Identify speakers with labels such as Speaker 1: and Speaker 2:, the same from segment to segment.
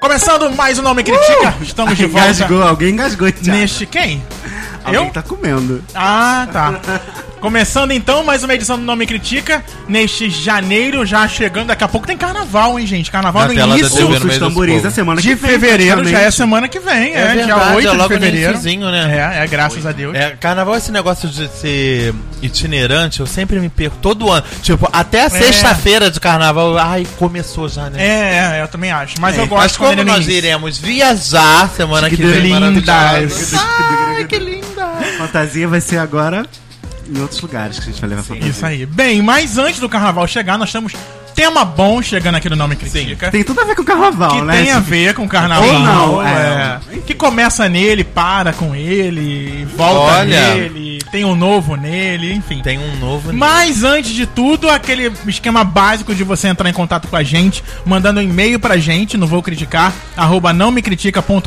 Speaker 1: começando mais um Nome Critica.
Speaker 2: Uh!
Speaker 1: Estamos de volta.
Speaker 3: Engasgou, alguém engasgou. Thiago.
Speaker 1: Neste quem?
Speaker 3: Alguém
Speaker 1: eu?
Speaker 3: tá comendo.
Speaker 1: Ah, tá. Começando então mais uma edição do Nome Critica. Neste janeiro, já chegando. Daqui a pouco tem carnaval, hein, gente? Carnaval
Speaker 2: Na
Speaker 1: no
Speaker 2: tela da
Speaker 1: início
Speaker 2: TV no
Speaker 3: Ouça os
Speaker 2: meio dos
Speaker 3: tamborins
Speaker 2: povos.
Speaker 3: da semana
Speaker 1: de fevereiro. Já é
Speaker 3: praticamente.
Speaker 1: semana que vem. É,
Speaker 2: tá É verdade,
Speaker 1: dia 8
Speaker 2: é
Speaker 1: de
Speaker 2: logo no
Speaker 1: fevereiro.
Speaker 2: iniciozinho, né?
Speaker 1: É, é graças a Deus.
Speaker 2: É, carnaval é esse negócio de ser itinerante, eu sempre me perco, todo ano. Tipo, até a sexta-feira de carnaval, ai, começou já, né?
Speaker 1: É, é, eu também acho. Mas eu gosto
Speaker 2: Mas
Speaker 1: quando ele
Speaker 2: como
Speaker 1: é no
Speaker 2: nós
Speaker 1: início.
Speaker 2: iremos viajar semana que,
Speaker 3: Que
Speaker 2: vem,
Speaker 1: lindas.
Speaker 2: maravilhosa.
Speaker 3: Ai, que linda. Fantasia vai ser agora em outros lugares que a gente vai levar fantasia.
Speaker 1: Isso aí. Bem, mas antes do carnaval chegar, nós temos tema bom chegando aqui no Nome Critica.
Speaker 3: Tem tudo a ver com carnaval,
Speaker 1: Que
Speaker 3: né?
Speaker 1: tem a ver com carnaval.
Speaker 3: Ou não,
Speaker 1: é. Que começa nele, para com ele, volta
Speaker 2: Olha.
Speaker 1: nele, tem um novo nele, enfim.
Speaker 2: Tem um novo.
Speaker 1: Mas antes de tudo, aquele esquema básico de você entrar em contato com a gente, mandando um e-mail pra gente no vou criticar, arroba não me critica.com.br.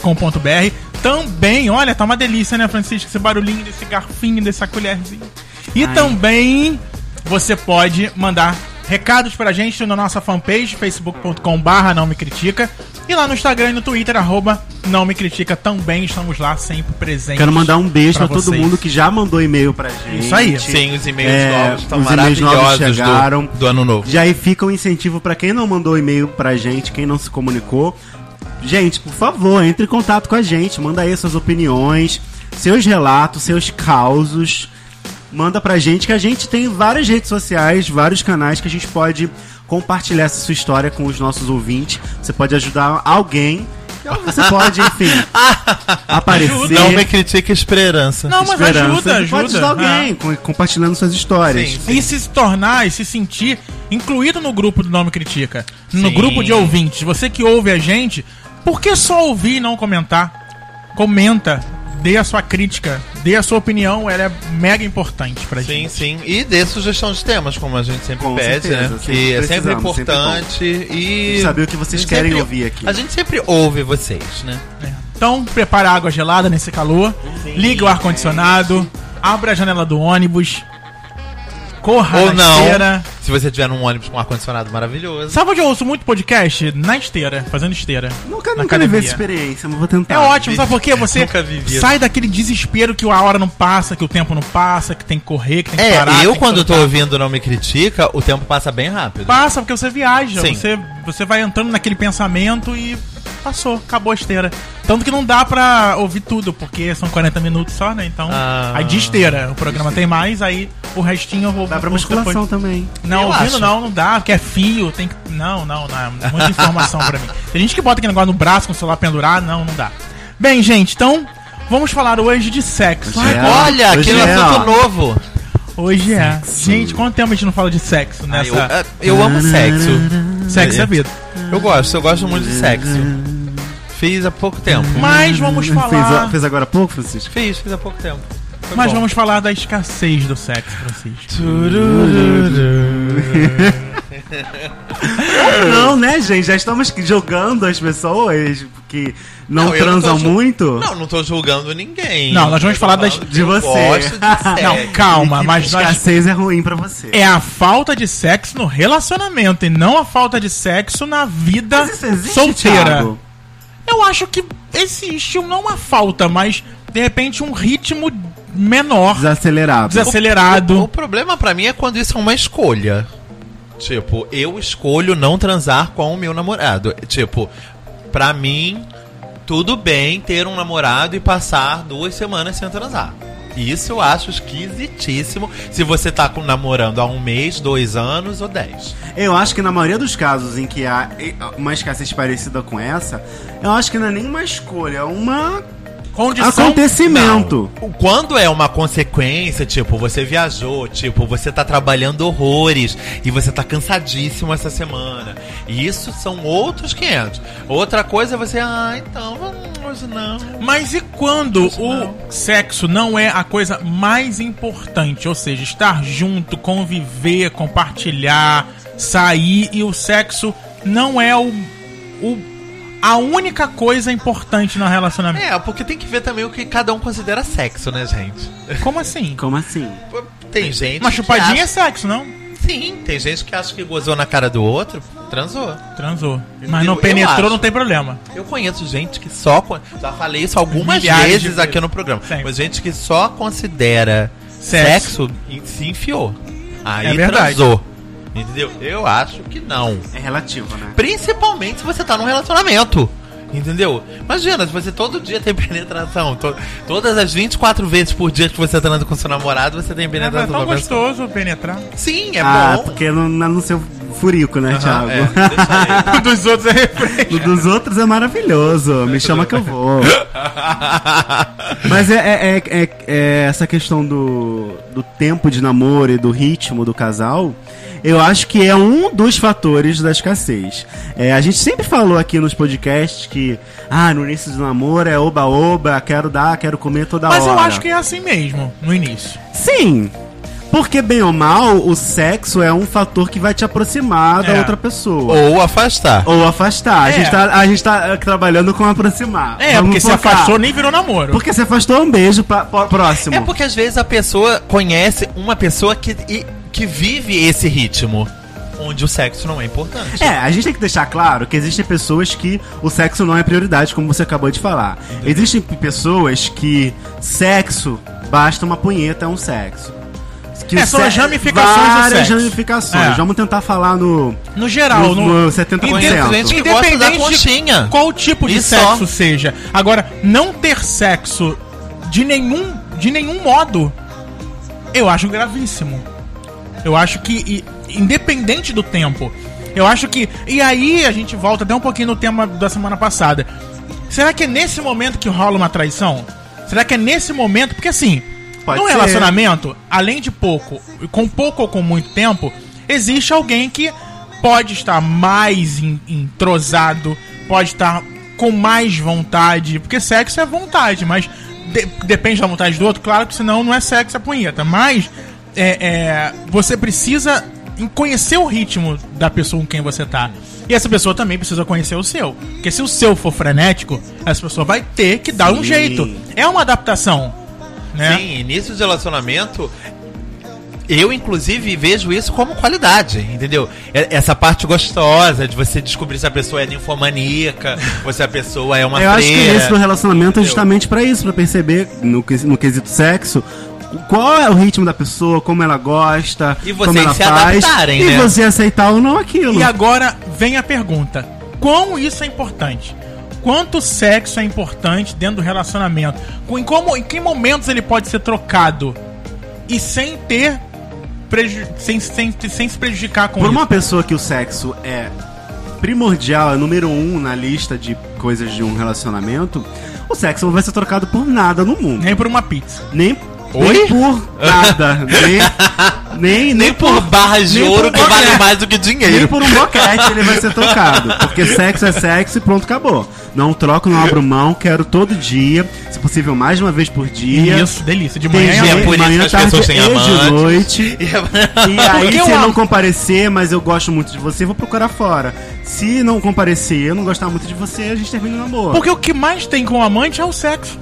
Speaker 1: Também, olha, tá uma delícia, né, Francisco? Esse barulhinho desse garfinho, dessa colherzinha. E
Speaker 3: Ai.
Speaker 1: também você pode mandar recados pra gente na nossa fanpage, facebook.com barra não me critica. E lá no Instagram e no Twitter, arroba não me critica também. Estamos lá sempre presentes.
Speaker 3: Quero mandar um beijo
Speaker 1: Pra
Speaker 3: pra, todo
Speaker 1: vocês.
Speaker 3: mundo que já mandou e-mail pra gente.
Speaker 1: Isso aí.
Speaker 2: Sim, os e-mails
Speaker 3: É,
Speaker 2: novos estão
Speaker 3: os e-mails novos
Speaker 2: maravilhosos
Speaker 3: chegaram.
Speaker 2: do, do ano novo.
Speaker 3: Já aí fica um incentivo pra quem não mandou e-mail pra gente, quem não se comunicou. Gente, por favor, entre em contato com a gente, manda aí suas opiniões, seus relatos, seus causos. Manda pra gente que a gente tem várias redes sociais, vários canais que a gente pode compartilhar essa sua história com os nossos ouvintes. Você pode ajudar alguém. Então você pode, enfim, aparecer.
Speaker 2: Não me critique esperança.
Speaker 1: Não, mas
Speaker 3: esperança.
Speaker 1: ajuda,
Speaker 3: Você
Speaker 1: ajuda. Ah.
Speaker 3: Pode ajudar alguém com- compartilhando suas histórias.
Speaker 2: Sim, sim.
Speaker 1: E se tornar e se sentir incluído no grupo do Nome Critica. No
Speaker 2: Sim.
Speaker 1: grupo de ouvintes. Você que ouve a gente, por que só ouvir e não comentar? Comenta, dê a sua crítica, dê a sua opinião, ela é mega importante pra
Speaker 2: Sim,
Speaker 1: gente.
Speaker 2: sim. E dê sugestão de temas, como a gente sempre
Speaker 3: Com
Speaker 2: pede,
Speaker 3: certeza,
Speaker 2: né?
Speaker 3: sempre
Speaker 2: Que é sempre
Speaker 3: precisamos, sempre
Speaker 2: importante e.
Speaker 3: Tem que saber o que vocês
Speaker 2: a gente
Speaker 3: querem ouvir aqui.
Speaker 2: A gente sempre ouve vocês, né?
Speaker 1: É. Então, prepara a água gelada nesse calor, ligue o ar-condicionado, abra a janela do ônibus,
Speaker 3: Ah,
Speaker 1: corra na
Speaker 2: Ou não.
Speaker 1: esteira.
Speaker 2: Se você tiver num ônibus com um ar-condicionado maravilhoso.
Speaker 1: Sabe onde eu ouço muito podcast? Na esteira, fazendo esteira.
Speaker 3: Nunca,
Speaker 1: Na
Speaker 3: nunca levei essa
Speaker 1: academia.
Speaker 3: experiência, mas vou tentar.
Speaker 1: É ótimo, sabe por quê? Você
Speaker 2: Tá. Nunca assim. vi isso.
Speaker 1: sai daquele desespero que a hora não passa, que o tempo não passa, que tem que correr, que tem que
Speaker 2: É,
Speaker 1: parar.
Speaker 2: eu
Speaker 1: tem
Speaker 2: quando
Speaker 1: que
Speaker 2: tô
Speaker 1: trocar.
Speaker 2: ouvindo Não Me Critica, o tempo passa bem rápido.
Speaker 1: Passa, porque você viaja,
Speaker 2: Sim.
Speaker 1: você, você vai entrando naquele pensamento e passou, acabou a esteira. Tanto que não dá pra ouvir tudo, porque são 40 minutos só, né? Então,
Speaker 2: Ah.
Speaker 1: aí de esteira, o programa tem mais, aí o restinho eu vou...
Speaker 3: Dá pra
Speaker 1: ouço
Speaker 3: musculação
Speaker 1: depois.
Speaker 3: também.
Speaker 1: Não,
Speaker 2: Eu
Speaker 1: ouvindo
Speaker 2: acho.
Speaker 1: não, não dá, porque é fio, tem que. Não, não, não. é Muita informação pra mim. Tem gente que bota aquele negócio no braço com o celular pendurado, não, não dá. Bem, gente, então vamos falar hoje de sexo.
Speaker 3: Hoje
Speaker 1: Ai,
Speaker 3: é.
Speaker 2: Olha,
Speaker 3: Hoje
Speaker 2: aquele
Speaker 3: é,
Speaker 2: assunto
Speaker 3: ó.
Speaker 2: novo.
Speaker 1: Hoje é. Gente, quanto tempo a gente não fala de sexo
Speaker 2: Ah,
Speaker 1: nessa.
Speaker 2: Eu, eu amo sexo.
Speaker 1: Sexo é vida.
Speaker 2: Eu gosto, eu gosto muito de sexo. Fiz há pouco tempo.
Speaker 1: Mas vamos falar.
Speaker 3: Fez, fez agora há pouco, Francisco?
Speaker 2: Fiz, fiz há pouco tempo. Foi
Speaker 1: Mas
Speaker 2: bom.
Speaker 1: vamos falar da escassez do sexo, Francisco.
Speaker 3: Não, né, gente? Já estamos jogando as pessoas que não,
Speaker 2: eu
Speaker 3: transam
Speaker 2: tô ju-
Speaker 3: muito.
Speaker 2: Não, não tô julgando ninguém.
Speaker 1: Não, nós vamos falar das-
Speaker 2: Falando
Speaker 3: de
Speaker 2: eu
Speaker 3: você.
Speaker 2: Gosto de sexo.
Speaker 1: Não, calma,
Speaker 3: E
Speaker 1: mas nós.
Speaker 3: É, escassez é ruim pra você.
Speaker 1: É a falta de sexo no relacionamento e não a falta de sexo na vida
Speaker 3: Mas isso existe,
Speaker 1: solteira.
Speaker 3: Thiago?
Speaker 1: Eu acho que existe não é uma falta, mas de repente um ritmo menor,
Speaker 3: Desacelerado.
Speaker 1: desacelerado.
Speaker 2: O, o problema pra mim é quando isso é uma escolha. Tipo, eu escolho não transar com o meu namorado. Tipo, pra mim, tudo bem ter um namorado e passar duas semanas sem transar. Isso eu acho esquisitíssimo se você tá com, namorando há um mês, dois anos ou dez.
Speaker 3: Eu acho que na maioria dos casos em que há uma escassez parecida com essa, eu acho que não é nenhuma escolha, é um
Speaker 1: Condição.
Speaker 3: acontecimento.
Speaker 2: Não. Quando é uma consequência, tipo, você viajou, tipo, você tá trabalhando horrores e você tá cansadíssimo essa semana. E isso são outros 500. Outra coisa é você, ah, então, hum, hoje não.
Speaker 1: Mas e quando o sexo não é a coisa mais importante? Ou seja, estar junto, conviver, compartilhar, sair e o sexo não é o, o- a única coisa importante no relacionamento.
Speaker 2: É, porque tem que ver também o que cada um considera sexo, né, gente?
Speaker 1: Como assim?
Speaker 3: Como assim?
Speaker 2: Tem gente.
Speaker 1: Uma
Speaker 2: que
Speaker 1: chupadinha é
Speaker 2: acha-
Speaker 1: sexo, não?
Speaker 2: Sim, tem gente que acha que gozou na cara do outro, transou.
Speaker 1: Transou. Mas não
Speaker 2: Eu
Speaker 1: penetrou,
Speaker 2: acho.
Speaker 1: não tem problema.
Speaker 2: Eu conheço gente que só. con- Já falei isso algumas
Speaker 1: Milhares de
Speaker 2: vezes
Speaker 1: vezes.
Speaker 2: aqui no programa.
Speaker 1: Sempre.
Speaker 2: Mas gente que só considera
Speaker 1: Sexo.
Speaker 2: sexo, e se enfiou. Aí
Speaker 1: É verdade.
Speaker 2: transou. Entendeu? Eu acho que não.
Speaker 3: É relativo, né?
Speaker 2: Principalmente se você tá num relacionamento. Entendeu? Imagina, se você todo dia tem penetração, to- todas as 24 vezes por dia que você transa com seu namorado, você tem
Speaker 1: É, mas é
Speaker 2: penetração
Speaker 1: tão
Speaker 2: com a pessoa.
Speaker 1: gostoso penetrar.
Speaker 2: Sim, é
Speaker 3: ah,
Speaker 2: bom.
Speaker 3: porque não, não no seu furico, né,
Speaker 2: Aham,
Speaker 3: Thiago?
Speaker 2: é, deixa aí.
Speaker 1: O dos outros é refresco.
Speaker 3: O dos outros é maravilhoso. Me chama que eu vou. Mas é, é- é- é- é essa questão do, do tempo de namoro e do ritmo do casal. Eu acho que é um dos fatores da escassez. É, a gente sempre falou aqui nos podcasts que, ah, no início do namoro é oba-oba, quero dar, quero comer toda
Speaker 1: Mas
Speaker 3: hora.
Speaker 1: eu acho que é assim mesmo, no início.
Speaker 3: Sim. Porque, bem ou mal, o sexo é um fator que vai te aproximar da
Speaker 1: É.
Speaker 3: outra pessoa.
Speaker 2: Ou afastar.
Speaker 3: Ou, afastar. A,
Speaker 1: É.
Speaker 3: gente tá, a gente tá eh, trabalhando com aproximar.
Speaker 1: É,
Speaker 3: Vamos
Speaker 1: porque se
Speaker 3: focar.
Speaker 1: afastou nem virou namoro.
Speaker 3: Porque se afastou, um beijo pra, pra- próximo.
Speaker 2: É porque às vezes a pessoa conhece uma pessoa que, e- que vive esse ritmo, onde o sexo não é importante.
Speaker 3: É, a gente tem que deixar claro que existem pessoas que o sexo não é prioridade, como você acabou de falar. Existem p- pessoas que sexo, basta uma punheta, é um sexo. Que
Speaker 1: É,
Speaker 3: o
Speaker 1: são
Speaker 3: se-
Speaker 1: as ramificações do
Speaker 3: Várias
Speaker 1: sexo.
Speaker 3: ramificações.
Speaker 1: É.
Speaker 3: Vamos tentar falar no,
Speaker 1: No geral,
Speaker 3: no,
Speaker 1: no...
Speaker 3: no 70%.
Speaker 2: Conheço gente que gosta da
Speaker 1: Independente de
Speaker 2: conchinha.
Speaker 1: qual tipo de
Speaker 2: E só.
Speaker 1: sexo seja. Agora, não ter sexo de nenhum, de nenhum modo, eu acho gravíssimo. Eu acho que, e- independente do tempo, eu acho que. E aí a gente volta até um pouquinho no tema da semana passada. Será que é nesse momento que rola uma traição? Será que é nesse momento? Porque assim,
Speaker 3: Pode
Speaker 1: num
Speaker 3: ser.
Speaker 1: relacionamento, além de pouco, com pouco ou com muito tempo, existe alguém que pode estar mais en- entrosado, pode estar com mais vontade, porque sexo é vontade, mas de- depende da vontade do outro, claro que senão não é sexo, é punheta. Mas é, é, você precisa em conhecer o ritmo da pessoa com quem você tá. E essa pessoa também precisa conhecer o seu. Porque se o seu for frenético, essa pessoa vai ter que dar um
Speaker 3: Sim.
Speaker 1: jeito. É uma adaptação. Né?
Speaker 2: Sim, início de relacionamento. Eu, inclusive, vejo isso como qualidade, entendeu? E- Essa parte gostosa de você descobrir se a pessoa é ninfomaníaca, ou se a pessoa é uma
Speaker 3: Eu acho que
Speaker 2: freira.
Speaker 3: esse do relacionamento é
Speaker 2: entendeu?
Speaker 3: justamente pra isso, pra perceber no, que- no quesito sexo qual é o ritmo da pessoa, como ela gosta,
Speaker 2: E vocês
Speaker 3: como ela
Speaker 2: se
Speaker 3: faz,
Speaker 2: adaptarem,
Speaker 3: e
Speaker 2: né?
Speaker 3: você aceitar ou não aquilo.
Speaker 1: E agora vem a pergunta: quão isso é importante? Quanto sexo é importante dentro do relacionamento? Com- Em, como, em que momentos ele pode ser trocado? E sem ter. preju- Sem, sem, sem se prejudicar com
Speaker 3: Por
Speaker 1: isso.
Speaker 3: uma pessoa que o sexo é primordial, é número um na lista de coisas de um relacionamento, o sexo não vai ser trocado por nada no mundo.
Speaker 1: Nem por uma pizza.
Speaker 3: Nem,
Speaker 2: Oi?
Speaker 3: nem por nada. nem, nem,
Speaker 2: Nem por barras de
Speaker 3: nem
Speaker 2: ouro
Speaker 3: por
Speaker 2: que vale
Speaker 3: boquete.
Speaker 2: mais do que
Speaker 3: Nem
Speaker 2: dinheiro.
Speaker 3: por um boquete ele vai ser trocado. Porque sexo é sexo e pronto, acabou. Não troco, não abro mão, quero todo dia, se possível mais de uma vez por dia.
Speaker 1: Isso, delícia. De
Speaker 3: Tem
Speaker 1: manhã
Speaker 2: gente-
Speaker 1: é
Speaker 2: é por isso
Speaker 3: manhã,
Speaker 2: que as
Speaker 3: tarde
Speaker 2: pessoas têm
Speaker 3: e de
Speaker 2: amantes.
Speaker 3: noite. E aí,
Speaker 1: Porque
Speaker 3: se
Speaker 1: eu
Speaker 3: eu não
Speaker 1: amo.
Speaker 3: comparecer, mas eu gosto muito de você, eu vou procurar fora. Se não comparecer eu não gostar muito de você, a gente termina o namoro.
Speaker 1: Porque o que mais tem com o amante é o sexo.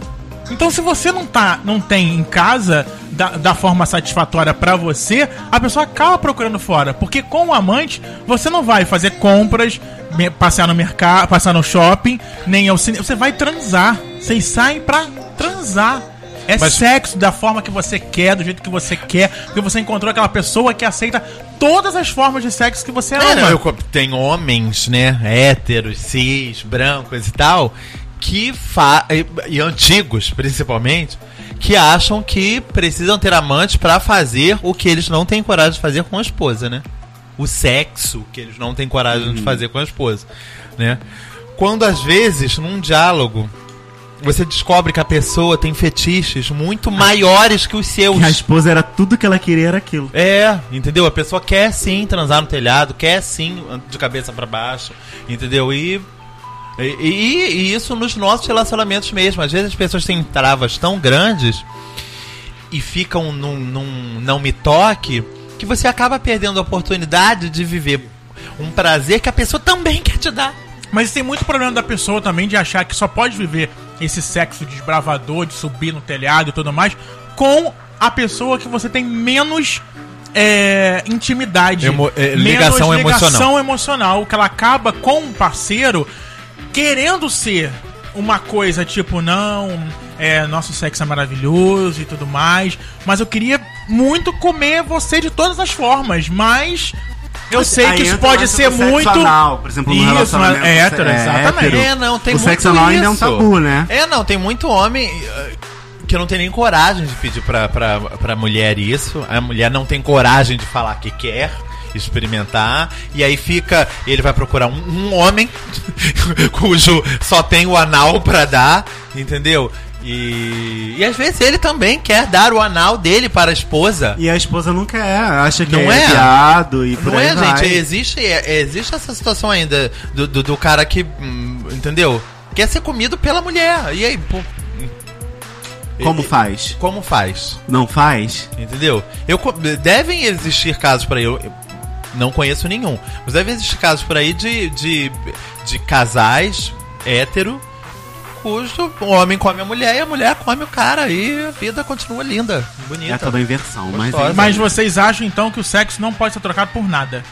Speaker 1: Então, se você não tá, não tem em casa da, da forma satisfatória pra você, a pessoa acaba procurando fora, porque com o amante você não vai fazer compras, me- passear no mercado, passar no shopping, nem ao cinema. Você vai transar. Vocês saem pra transar. É
Speaker 2: Mas-
Speaker 1: sexo da forma que você quer, do jeito que você quer, porque você encontrou aquela pessoa que aceita todas as formas de sexo que você ama.
Speaker 2: É, não, eu co- tem homens, né? Héteros, cis, brancos e tal, que fa e, e antigos, principalmente, que acham que precisam ter amantes pra fazer o que eles não têm coragem de fazer com a esposa, né? O sexo que eles não têm coragem de fazer com a esposa, né? Quando às vezes, num diálogo, você descobre que a pessoa tem fetiches muito maiores que os seus.
Speaker 3: a esposa era tudo que ela queria, era aquilo.
Speaker 2: É, entendeu? A pessoa quer sim transar no telhado, quer sim de cabeça pra baixo, entendeu? E, e, e- e isso nos nossos relacionamentos mesmo. Às vezes as pessoas têm travas tão grandes e ficam num, num não me toque que você acaba perdendo a oportunidade de viver um prazer que a pessoa também quer te dar.
Speaker 1: Mas tem muito problema da pessoa também de achar que só pode viver esse sexo desbravador, de subir no telhado e tudo mais, com a pessoa que você tem menos é, intimidade,
Speaker 2: Emo- é, ligação
Speaker 1: menos
Speaker 2: emocional.
Speaker 1: ligação emocional, que ela acaba com o parceiro querendo ser uma coisa tipo, não, é, nosso sexo é maravilhoso e tudo mais, mas eu queria muito comer você de todas as formas, mas eu sei
Speaker 3: Aí
Speaker 1: que isso
Speaker 3: entra
Speaker 1: pode
Speaker 3: o
Speaker 1: ser
Speaker 3: sexo
Speaker 1: muito
Speaker 3: anal, por exemplo, no
Speaker 1: Isso,
Speaker 3: relacionamento
Speaker 1: é hétero,
Speaker 3: é
Speaker 1: exatamente.
Speaker 3: hétero.
Speaker 2: É, não, tem
Speaker 3: O
Speaker 2: muito
Speaker 3: sexo anal ainda é um
Speaker 2: isso.
Speaker 3: tabu, né?
Speaker 2: É, não, tem muito homem eh, que não tem nem coragem de pedir pra, pra, pra mulher isso. A mulher não tem coragem de falar que quer experimentar e aí fica ele vai procurar um, um homem cujo só tem o anal pra dar entendeu e, e às vezes ele também quer dar o anal dele para a esposa
Speaker 3: E a esposa não quer, acha que
Speaker 2: Não
Speaker 3: é,
Speaker 2: é?
Speaker 3: viado e por
Speaker 2: Não
Speaker 3: aí
Speaker 2: é,
Speaker 3: vai.
Speaker 2: gente? Existe, é- existe essa situação ainda do, do, do cara que. hum, Entendeu? Quer ser comido pela mulher. E aí, pô,
Speaker 3: Como
Speaker 2: e-
Speaker 3: faz?
Speaker 2: como faz?
Speaker 3: Não faz?
Speaker 2: Entendeu? Eu, co- devem existir casos por aí. Eu, eu não conheço nenhum. Mas devem existir casos por aí de, de, de casais hétero cujo o homem come a mulher e a mulher come o cara. E a vida continua linda,
Speaker 3: É a
Speaker 2: bonita.
Speaker 3: tal da inversão, mas é.
Speaker 2: Gostosa.
Speaker 1: Mas vocês acham então que o sexo não pode ser trocado por nada?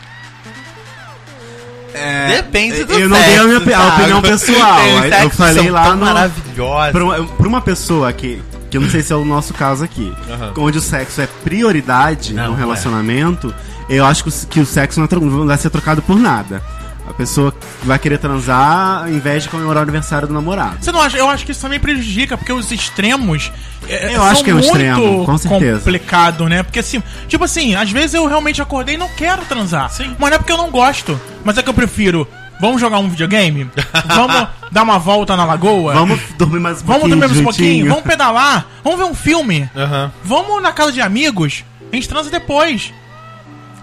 Speaker 2: Depende do
Speaker 3: é. eu não dei a minha
Speaker 2: sexo,
Speaker 3: a
Speaker 2: sabe?
Speaker 3: opinião pessoal.
Speaker 2: Tem uns
Speaker 3: Eu
Speaker 2: sexos
Speaker 3: falei
Speaker 2: que são
Speaker 3: lá
Speaker 2: tão
Speaker 3: no-
Speaker 2: maravilhosos.
Speaker 3: Pra uma, pra uma pessoa que, que eu não sei se é o nosso caso aqui,
Speaker 2: Aham.
Speaker 3: onde o sexo é prioridade
Speaker 2: Não,
Speaker 3: no
Speaker 2: não é.
Speaker 3: relacionamento, eu acho que, o- que o sexo não, é tro- não vai ser trocado por nada. A pessoa vai querer transar ao invés de comemorar o aniversário do namorado.
Speaker 1: Você não acha? Eu acho que isso também prejudica, porque os extremos. é,
Speaker 3: Eu acho que é um extremo, com certeza.
Speaker 1: complicado, né? Porque assim, tipo assim, às vezes eu realmente acordei e não quero transar. Sim. Mas não é porque eu não gosto. Mas é que eu prefiro. Vamos jogar um videogame? Vamos dar uma volta na lagoa?
Speaker 3: Vamos dormir mais um
Speaker 1: Vamos
Speaker 3: pouquinho.
Speaker 1: dormir mais um pouquinho?
Speaker 3: juntinho?
Speaker 1: Vamos pedalar? Vamos ver um filme?
Speaker 2: Aham.
Speaker 1: Vamos na casa de amigos, a gente transa depois.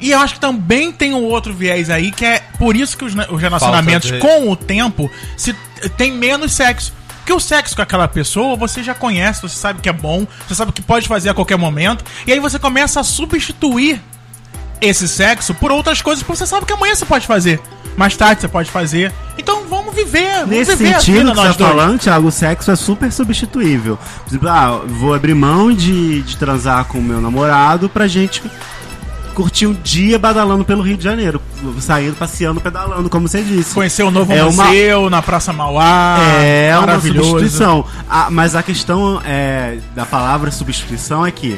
Speaker 1: E eu acho que também tem um outro viés aí, que é por isso que os, ne- os relacionamentos
Speaker 2: de-
Speaker 1: com o tempo se tem menos sexo. Porque o sexo com aquela pessoa você já conhece, você sabe que é bom, você sabe que pode fazer a qualquer momento. E aí você começa a substituir esse sexo por outras coisas que você sabe que amanhã você pode fazer. Mais tarde você pode fazer. Então vamos viver, vamos
Speaker 3: Nesse
Speaker 1: viver
Speaker 3: sentido que você tá
Speaker 1: dois.
Speaker 3: falando, Thiago, o sexo é super substituível. Por exemplo, ah, vou abrir mão de, de transar com o meu namorado pra gente curtir um dia badalando pelo Rio de Janeiro. Saindo, passeando, pedalando, como você disse.
Speaker 1: Conhecer o novo
Speaker 3: É uma-
Speaker 1: museu na Praça Mauá.
Speaker 3: É uma substituição. Ah, mas a questão é, da palavra substituição é que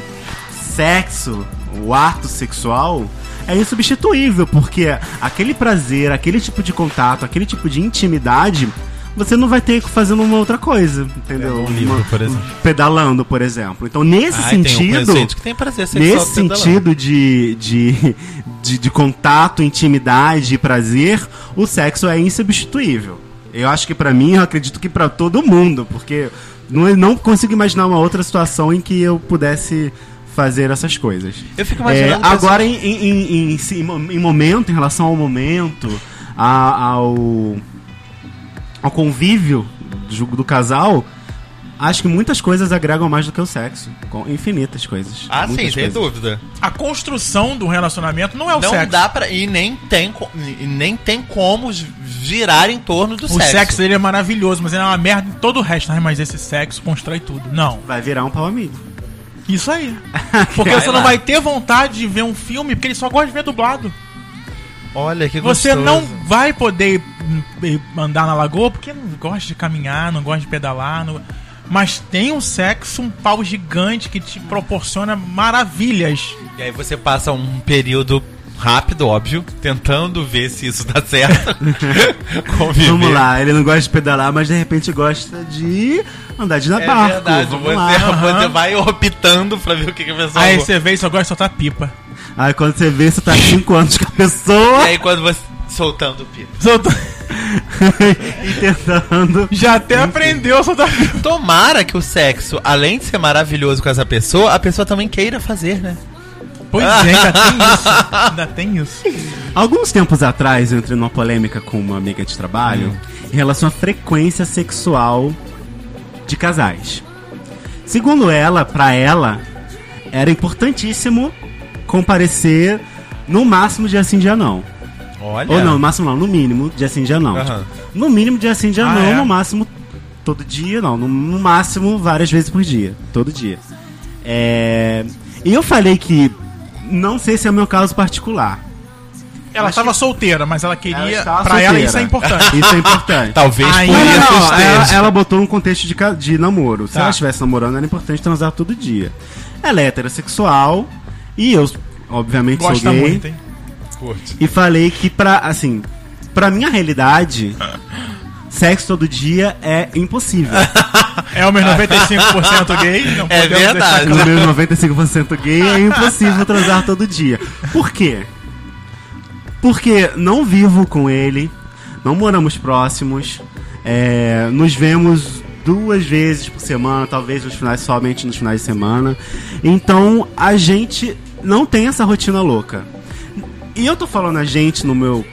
Speaker 3: sexo, o ato sexual, é insubstituível, porque aquele prazer, aquele tipo de contato, aquele tipo de intimidade, você não vai ter fazendo uma outra coisa, entendeu?
Speaker 2: Lendo um livro,
Speaker 3: Uma-
Speaker 2: por exemplo.
Speaker 3: Pedalando, por exemplo. Então, nesse
Speaker 2: Ai, tem um
Speaker 3: sentido.
Speaker 2: conhecido que tá tem prazer sexual
Speaker 3: Nesse
Speaker 2: pedalando.
Speaker 3: sentido de, de, de, de contato, intimidade e prazer, o sexo é insubstituível. Eu acho que pra mim, eu acredito que pra todo mundo, porque não, não consigo imaginar uma outra situação em que eu pudesse fazer essas coisas.
Speaker 2: Eu fico imaginando
Speaker 3: É,
Speaker 2: pessoas-
Speaker 3: agora, em, em, em, em si- em mo- em momento, em relação ao momento, a- ao, ao convívio do, do casal, acho que muitas coisas agregam mais do que o sexo. Com infinitas coisas.
Speaker 2: Ah, sim,
Speaker 3: muitas
Speaker 2: sem
Speaker 3: coisas.
Speaker 2: dúvida.
Speaker 1: A construção do relacionamento não é o
Speaker 2: Não
Speaker 1: sexo.
Speaker 2: dá pra. E nem tem, co- e nem tem como gi- girar em torno do
Speaker 1: O
Speaker 2: sexo.
Speaker 1: sexo. dele é maravilhoso, mas ele é uma merda em todo o resto. Ai, mas esse sexo constrói tudo. Não.
Speaker 3: Vai virar um pau amigo.
Speaker 1: Isso aí. Porque
Speaker 2: Vai
Speaker 1: você
Speaker 2: lá.
Speaker 1: não vai ter vontade de ver um filme porque ele só gosta de ver dublado.
Speaker 2: Olha que
Speaker 1: Você
Speaker 2: gostoso.
Speaker 1: não vai poder hum, eh, andar na lagoa porque não gosta de caminhar, não gosta de pedalar. não- Mas tem um sexo, um pau gigante que te proporciona maravilhas.
Speaker 2: E aí você passa um período rápido, óbvio, tentando ver se isso dá certo. Conviver.
Speaker 3: Vamos lá, ele não gosta de pedalar, mas de repente gosta de andar de
Speaker 2: É
Speaker 3: barco.
Speaker 2: verdade,
Speaker 3: Vamos
Speaker 2: você,
Speaker 3: lá.
Speaker 2: você
Speaker 1: aham.
Speaker 2: vai optando pra ver o que, que a pessoa
Speaker 1: Aí
Speaker 2: go-
Speaker 1: você vê e só gosta de soltar pipa.
Speaker 3: Aí quando você vê, você tá 5 anos com a
Speaker 2: E
Speaker 3: pessoa
Speaker 2: aí quando você. Soltando o pipo.
Speaker 1: Soltou-
Speaker 3: e tentando.
Speaker 1: Já até aprendeu a soltar pipa.
Speaker 2: Tomara que o sexo, além de ser maravilhoso com essa pessoa, a pessoa também queira fazer, né?
Speaker 1: Pois é, ainda tem isso. Ainda tem isso.
Speaker 3: Alguns tempos atrás eu entrei numa polêmica com uma amiga de trabalho
Speaker 2: Hum.
Speaker 3: em relação à frequência sexual de casais. Segundo ela, pra ela, era importantíssimo comparecer no máximo dia sim, dia não.
Speaker 2: Olha.
Speaker 3: Ou não, no máximo não, no mínimo dia sim, dia não.
Speaker 2: É. Aham.
Speaker 3: No mínimo dia sim, dia
Speaker 1: Ah,
Speaker 3: não,
Speaker 1: é?
Speaker 3: no máximo todo dia, não, no, no máximo várias vezes por dia, todo dia. É, E eu falei que não sei se é o meu caso particular.
Speaker 1: Ela
Speaker 3: Acho
Speaker 1: estava solteira, mas ela queria.
Speaker 3: Ela estava
Speaker 1: pra ela
Speaker 3: solteira.
Speaker 1: isso é importante. Tá
Speaker 3: Isso é importante.
Speaker 2: Talvez
Speaker 1: Ai,
Speaker 2: por
Speaker 3: Não, não,
Speaker 2: isso
Speaker 3: não, Ela,
Speaker 1: é,
Speaker 2: esteja.
Speaker 3: ela botou um contexto de, ca- de namoro. Se
Speaker 1: Tá.
Speaker 3: ela estivesse namorando, era importante transar todo dia. Ela é heterossexual e eu, obviamente,
Speaker 1: Gosta
Speaker 3: sou gay.
Speaker 1: muito, hein? é-
Speaker 2: Curte.
Speaker 3: E falei que pra, assim, pra minha realidade, sexo todo dia é impossível.
Speaker 1: É o meu 95% gay. Não
Speaker 2: É
Speaker 1: podemos deixar
Speaker 2: verdade.
Speaker 3: No meu 95% gay é impossível transar todo dia. Por quê? Porque não vivo com ele, não moramos próximos, é, nos vemos duas vezes por semana, talvez nos finais somente nos finais de semana. Então a gente não tem essa rotina louca. E eu tô falando a gente no meu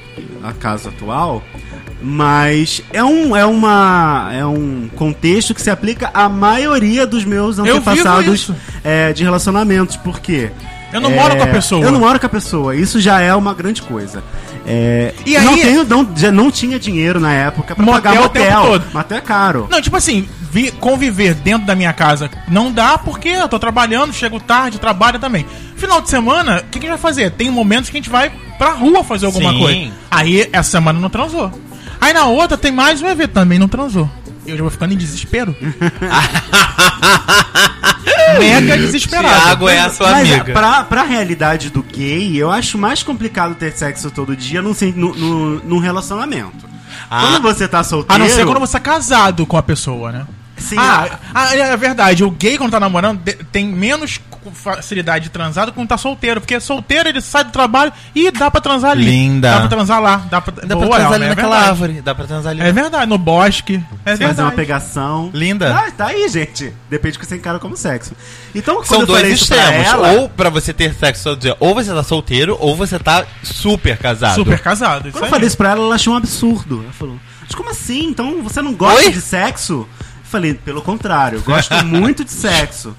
Speaker 3: a caso atual, mas é um é uma é um contexto que se aplica à maioria dos meus
Speaker 1: vivo
Speaker 3: antepassados
Speaker 1: isso.
Speaker 3: é, de relacionamentos, porque
Speaker 1: Eu não moro com a pessoa.
Speaker 3: É. Eu não moro com a pessoa. Isso já é uma grande coisa. É,
Speaker 1: E
Speaker 3: não
Speaker 1: aí-
Speaker 3: tenho, não, já não tinha dinheiro na época pra
Speaker 1: Motel
Speaker 3: pagar
Speaker 1: o tempo
Speaker 3: motel.
Speaker 1: todo.
Speaker 3: Motel é caro.
Speaker 1: Não, tipo assim, vi- conviver dentro da minha casa não dá porque eu tô trabalhando, chego tarde, trabalho também. Final de semana, o que, que a gente vai fazer? Tem momentos que a gente vai pra rua fazer alguma
Speaker 2: Sim.
Speaker 1: coisa. Aí, essa semana não transou. Aí na outra tem mais um evento, também não transou. Eu já vou ficando em desespero. Mega desesperado.
Speaker 2: Tiago é a sua
Speaker 3: Mas é,
Speaker 2: amiga.
Speaker 3: pra, pra realidade do gay, eu acho mais complicado ter sexo todo dia num, sen- num- num- num relacionamento.
Speaker 2: Ah.
Speaker 3: Quando você tá
Speaker 1: A
Speaker 3: solteiro.
Speaker 1: não ser quando você é casado com a pessoa, né?
Speaker 3: Sim,
Speaker 1: ah, ah, é verdade. O gay, quando tá namorando, de- tem menos cu- facilidade de transar do que quando tá solteiro. Porque solteiro, ele sai do trabalho e dá pra transar ali.
Speaker 2: Linda.
Speaker 1: Dá pra transar lá. Dá pra,
Speaker 2: Dá pra
Speaker 1: Boa,
Speaker 2: transar
Speaker 1: Elma,
Speaker 2: ali
Speaker 1: é
Speaker 2: naquela
Speaker 1: verdade.
Speaker 2: árvore. Dá pra transar ali.
Speaker 1: É verdade, no bosque. É
Speaker 3: fazer uma
Speaker 1: verdade.
Speaker 3: pegação.
Speaker 2: Linda.
Speaker 3: Ah, tá aí, gente. Depende do que você encara como sexo. Então, quando
Speaker 2: São
Speaker 3: eu
Speaker 2: dois
Speaker 3: falei isso pra
Speaker 2: extremos.
Speaker 3: ela-
Speaker 2: Ou pra você ter sexo todo dia, ou você tá solteiro, ou você tá super casado.
Speaker 1: Super casado. isso
Speaker 3: Quando eu
Speaker 1: aí.
Speaker 3: falei isso pra ela, ela achou um absurdo. Ela falou, mas como assim? Então você não gosta
Speaker 2: Oi?
Speaker 3: de sexo? Eu falei, pelo contrário, eu gosto muito de sexo.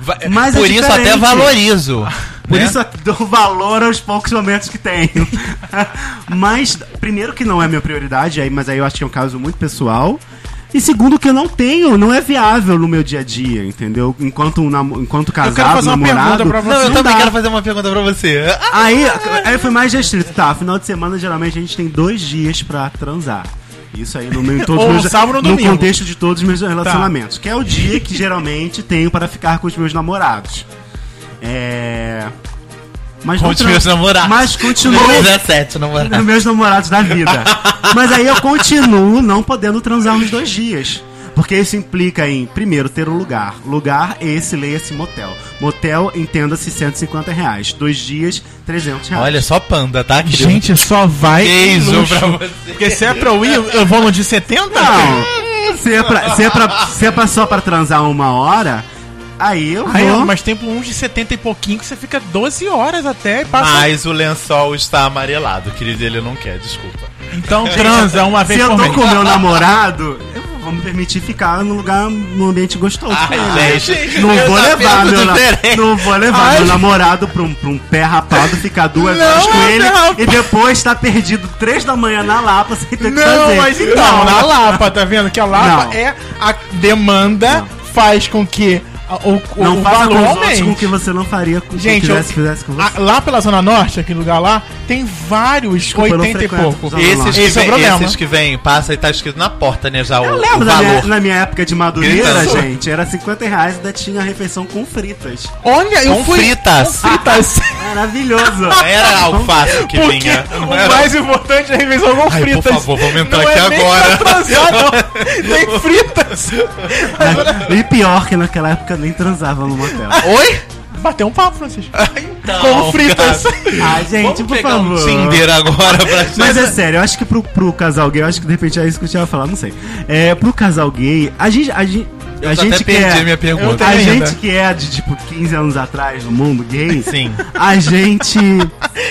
Speaker 2: Va-
Speaker 3: Mas é
Speaker 2: Por isso
Speaker 3: diferente. Ah,
Speaker 2: até valorizo.
Speaker 3: Por
Speaker 2: né?
Speaker 3: isso eu dou valor aos poucos momentos que tenho. mas, primeiro que não é minha prioridade, aí, mas aí eu acho que é um caso muito pessoal. E segundo que eu não tenho, não é viável no meu dia a dia, entendeu? Enquanto, um namo- enquanto casado,
Speaker 1: fazer uma
Speaker 3: namorado...
Speaker 1: pergunta pra
Speaker 2: Não, eu
Speaker 3: não
Speaker 2: também
Speaker 3: dá.
Speaker 2: quero fazer uma pergunta pra você. Ah,
Speaker 3: Aí, aí foi mais restrito. Tá, final de semana geralmente a gente tem dois dias pra transar. Isso aí no meio de todos
Speaker 1: Ou
Speaker 3: os
Speaker 1: no
Speaker 3: meus,
Speaker 1: sábado ou no
Speaker 3: no
Speaker 1: domingo. Tá.
Speaker 3: contexto de todos os meus relacionamentos. Que é o dia que geralmente tenho para ficar com os meus namorados. É. Mas
Speaker 2: Com
Speaker 3: não
Speaker 2: os
Speaker 3: tran-
Speaker 2: meus namorados.
Speaker 3: Mas continuo.
Speaker 2: 17, namorado.
Speaker 3: meus namorados da vida. Mas aí eu continuo não podendo transar nos dois dias. Porque isso implica em, primeiro, ter um lugar. Lugar, esse, leia-se, motel. Motel, entenda-se, 150 reais. Dois dias, 300 reais.
Speaker 2: Olha, só panda, tá? querido?
Speaker 1: Gente, só vai.
Speaker 2: Beijo
Speaker 1: luxo.
Speaker 2: pra você.
Speaker 1: Porque se é pra eu ir, eu vou no de 70?
Speaker 3: Não, se é, pra, se, é pra, se é pra só pra transar uma hora, aí eu vou.
Speaker 2: é
Speaker 1: Aí, mas tem uns de 70 e pouquinho que você fica 12 horas até e passa.
Speaker 2: Mas o lençol está amarelado, querido, ele não quer, desculpa.
Speaker 1: Então transa uma
Speaker 3: se
Speaker 1: vez
Speaker 3: eu
Speaker 1: por
Speaker 3: tô
Speaker 1: mês.
Speaker 3: com meu namorado, eu vou me permitir ficar num lugar, num ambiente gostoso
Speaker 2: Ah,
Speaker 3: com ele.
Speaker 2: Ai, gente,
Speaker 3: Ah, Não
Speaker 2: eu
Speaker 3: vou,
Speaker 2: tá
Speaker 3: levar,
Speaker 2: perto
Speaker 3: meu
Speaker 2: do
Speaker 3: na-
Speaker 2: Terence.
Speaker 3: não vou levar
Speaker 1: Ai,
Speaker 3: meu namorado pra um, pra um pé rapado, ficar duas
Speaker 1: Não,
Speaker 3: horas com
Speaker 1: é
Speaker 3: ele
Speaker 1: pé rapado.
Speaker 3: e depois tá perdido três da manhã na Lapa sem ter o que
Speaker 1: Não,
Speaker 3: fazer.
Speaker 1: mas então,
Speaker 3: Não.
Speaker 1: na Lapa, tá vendo? Que a Lapa
Speaker 3: Não.
Speaker 1: é a demanda faz com que a- o, o,
Speaker 3: Não
Speaker 1: o
Speaker 3: faça com
Speaker 1: valor
Speaker 3: os outros
Speaker 1: aumente.
Speaker 3: com o que você não faria com
Speaker 1: Gente,
Speaker 3: se
Speaker 1: eu-
Speaker 3: quisesse, fizesse com você.
Speaker 1: A- lá pela Zona Norte, aquele lugar lá, tem vários
Speaker 3: eu não
Speaker 1: 80 e
Speaker 3: frequento
Speaker 1: pouco.
Speaker 3: Zona Norte.
Speaker 2: Esses que,
Speaker 1: Esse é o
Speaker 2: vem,
Speaker 1: problema.
Speaker 2: esses que vêm, passa e tá escrito na porta, né, já o,
Speaker 3: Eu
Speaker 2: o
Speaker 3: lembro da minha,
Speaker 2: valor.
Speaker 3: na minha época de Madureira,
Speaker 1: Então,
Speaker 2: Isso.
Speaker 3: gente, era 50 reais e ainda tinha a refeição com fritas.
Speaker 1: Olha, eu
Speaker 2: Com
Speaker 1: fui...
Speaker 2: fritas.
Speaker 1: Com fritas.
Speaker 3: Maravilhoso!
Speaker 2: Era alface que
Speaker 1: Porque
Speaker 2: vinha. não
Speaker 1: o
Speaker 2: era-
Speaker 1: mais importante é a refeição com
Speaker 2: Ai, por
Speaker 1: fritas.
Speaker 2: favor, vamos entrar
Speaker 1: Não
Speaker 2: aqui
Speaker 1: é nem pra
Speaker 2: agora.
Speaker 1: transar, não. Tem fritas. Mas olha-
Speaker 3: e pior que naquela época nem transava no motel.
Speaker 2: Oi?
Speaker 1: Bateu um papo, Francisco.
Speaker 2: Não,
Speaker 1: com fritas.
Speaker 2: cara.
Speaker 3: Ah, gente,
Speaker 2: Vamos
Speaker 3: por
Speaker 2: pegar um
Speaker 3: favor.
Speaker 2: Tinder agora pra
Speaker 3: Mas é sério, eu acho que pro, pro casal gay, eu acho que de repente é isso que eu tinha a falar, não sei. É, pro casal gay, a gente. A gente,
Speaker 2: Eu
Speaker 3: a gente
Speaker 2: até
Speaker 3: que
Speaker 2: perdi
Speaker 3: é,
Speaker 2: a minha pergunta.
Speaker 1: tenho
Speaker 3: A
Speaker 1: ainda.
Speaker 3: gente que é de tipo 15 anos atrás no mundo gay,
Speaker 2: Sim.
Speaker 3: a gente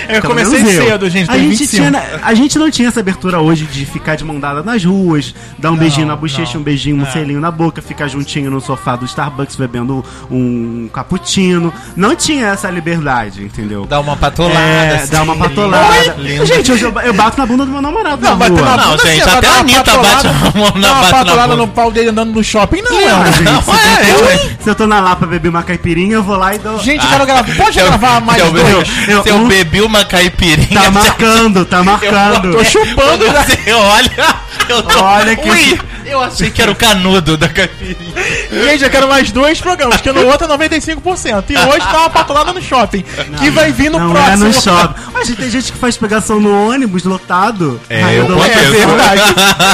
Speaker 1: Eu
Speaker 3: Pelo
Speaker 1: comecei
Speaker 3: menos eu.
Speaker 1: cedo, gente,
Speaker 3: A
Speaker 1: tenho
Speaker 3: gente,
Speaker 1: 25.
Speaker 3: tinha, a gente não tinha essa abertura hoje de ficar de mão dada nas ruas, dar um beijinho na bochecha,
Speaker 1: não.
Speaker 3: um beijinho, um
Speaker 1: É.
Speaker 3: selinho na boca, ficar juntinho no sofá do Starbucks bebendo um cappuccino. Não tinha essa liberdade, entendeu?
Speaker 2: Dá uma patolada.
Speaker 3: É,
Speaker 2: assim.
Speaker 3: dá uma patolada.
Speaker 2: Lindo.
Speaker 3: Gente, hoje eu, ba- eu bato na bunda do meu namorado.
Speaker 1: Não,
Speaker 3: na
Speaker 1: bater
Speaker 3: rua.
Speaker 1: na
Speaker 2: Não,
Speaker 1: bunda,
Speaker 2: gente,
Speaker 1: sim, vai
Speaker 2: até
Speaker 1: dar
Speaker 2: a
Speaker 1: uma
Speaker 2: Anitta
Speaker 1: patolada-
Speaker 2: bate a mão na-
Speaker 1: dá uma
Speaker 2: bate na
Speaker 1: patolada
Speaker 2: bunda.
Speaker 1: no pau dele andando no shopping, não.
Speaker 3: Ah,
Speaker 1: né?
Speaker 3: gente,
Speaker 2: Não,
Speaker 3: se,
Speaker 2: é,
Speaker 3: eu tô,
Speaker 2: eu-
Speaker 3: se eu tô na Lapa beber uma caipirinha, eu vou lá e dou.
Speaker 1: Gente, eu quero gravar. Pode
Speaker 2: Se Ah. eu-
Speaker 1: gravar mais
Speaker 2: se eu,
Speaker 1: dois?
Speaker 2: bebi-
Speaker 3: Eu-
Speaker 2: se eu
Speaker 3: um-
Speaker 2: bebi uma caipirinha,
Speaker 3: Tá marcando, tá marcando.
Speaker 1: Tô chupando. né?
Speaker 2: quando você olha, eu tô...
Speaker 3: Olha que-
Speaker 2: Ui, eu achei que era o canudo da caipirinha.
Speaker 1: Gente, eu quero mais dois programas, que no outro é 95%. E hoje tá uma patolada no shopping. que vai vir no
Speaker 3: não é
Speaker 1: próximo. tá
Speaker 3: no shopping. Mas gente, tem gente que faz pegação no ônibus lotado. Ai,
Speaker 2: eu
Speaker 3: dou-
Speaker 1: conheço.
Speaker 3: É verdade.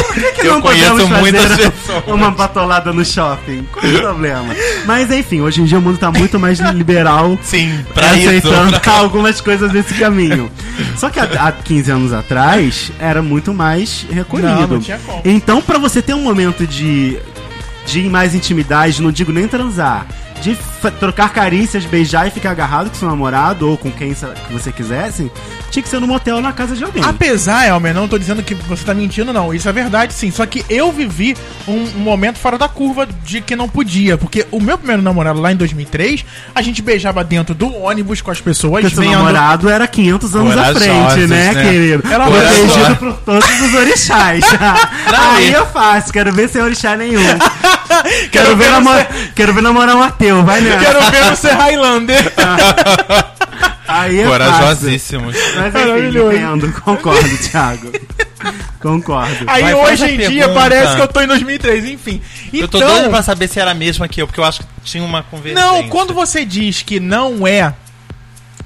Speaker 3: Por que
Speaker 2: Eu
Speaker 3: não
Speaker 2: conheço
Speaker 3: podemos
Speaker 2: muitas
Speaker 3: fazer
Speaker 2: pessoas.
Speaker 3: uma patolada no shopping? Qual o problema? Mas enfim, hoje em dia o mundo tá muito mais liberal.
Speaker 2: Sim, pra isso.
Speaker 3: aceitando
Speaker 2: pra-
Speaker 3: assim, algumas coisas nesse caminho. Só que há, há 15 anos atrás era muito mais recolhido.
Speaker 1: Não, não tinha como.
Speaker 3: Então, pra você ter um momento de, de mais intimidade, não digo nem transar, de fa- trocar carícias, beijar e ficar agarrado com seu namorado ou com quem sa- que você quisesse, tinha que ser no motel ou na casa de alguém.
Speaker 1: Apesar, Elmer, não tô dizendo que você tá mentindo, não. Isso é verdade, sim. Só que eu vivi um, um momento fora da curva de que não podia. Porque o meu primeiro namorado lá em 2003, a gente beijava dentro do ônibus com as pessoas.
Speaker 3: Porque seu
Speaker 1: vendo-
Speaker 3: namorado era 500 anos à
Speaker 2: Corajosos,
Speaker 3: frente, né,
Speaker 2: né?
Speaker 3: querido?
Speaker 1: Era
Speaker 3: protegido
Speaker 2: corajosos.
Speaker 3: por todos os orixás. Aí eu faço, quero ver sem orixá nenhum. quero, ver
Speaker 1: você-
Speaker 3: namor... quero ver namorar um ateu, vai nessa.
Speaker 1: Quero ver você Highlander.
Speaker 3: Aí eu
Speaker 2: Corajosíssimos.
Speaker 3: faço. Mas enfim,
Speaker 1: Maravilhoso.
Speaker 3: entendo, concordo, Thiago. concordo.
Speaker 1: Aí
Speaker 2: Vai, faz
Speaker 1: hoje
Speaker 2: a
Speaker 1: em
Speaker 2: pergunta.
Speaker 1: dia parece que eu tô em 2003, enfim. Então,
Speaker 2: Eu tô doido pra saber se era a mesma que eu, porque eu acho que tinha uma conversa.
Speaker 1: Não, quando você diz que não é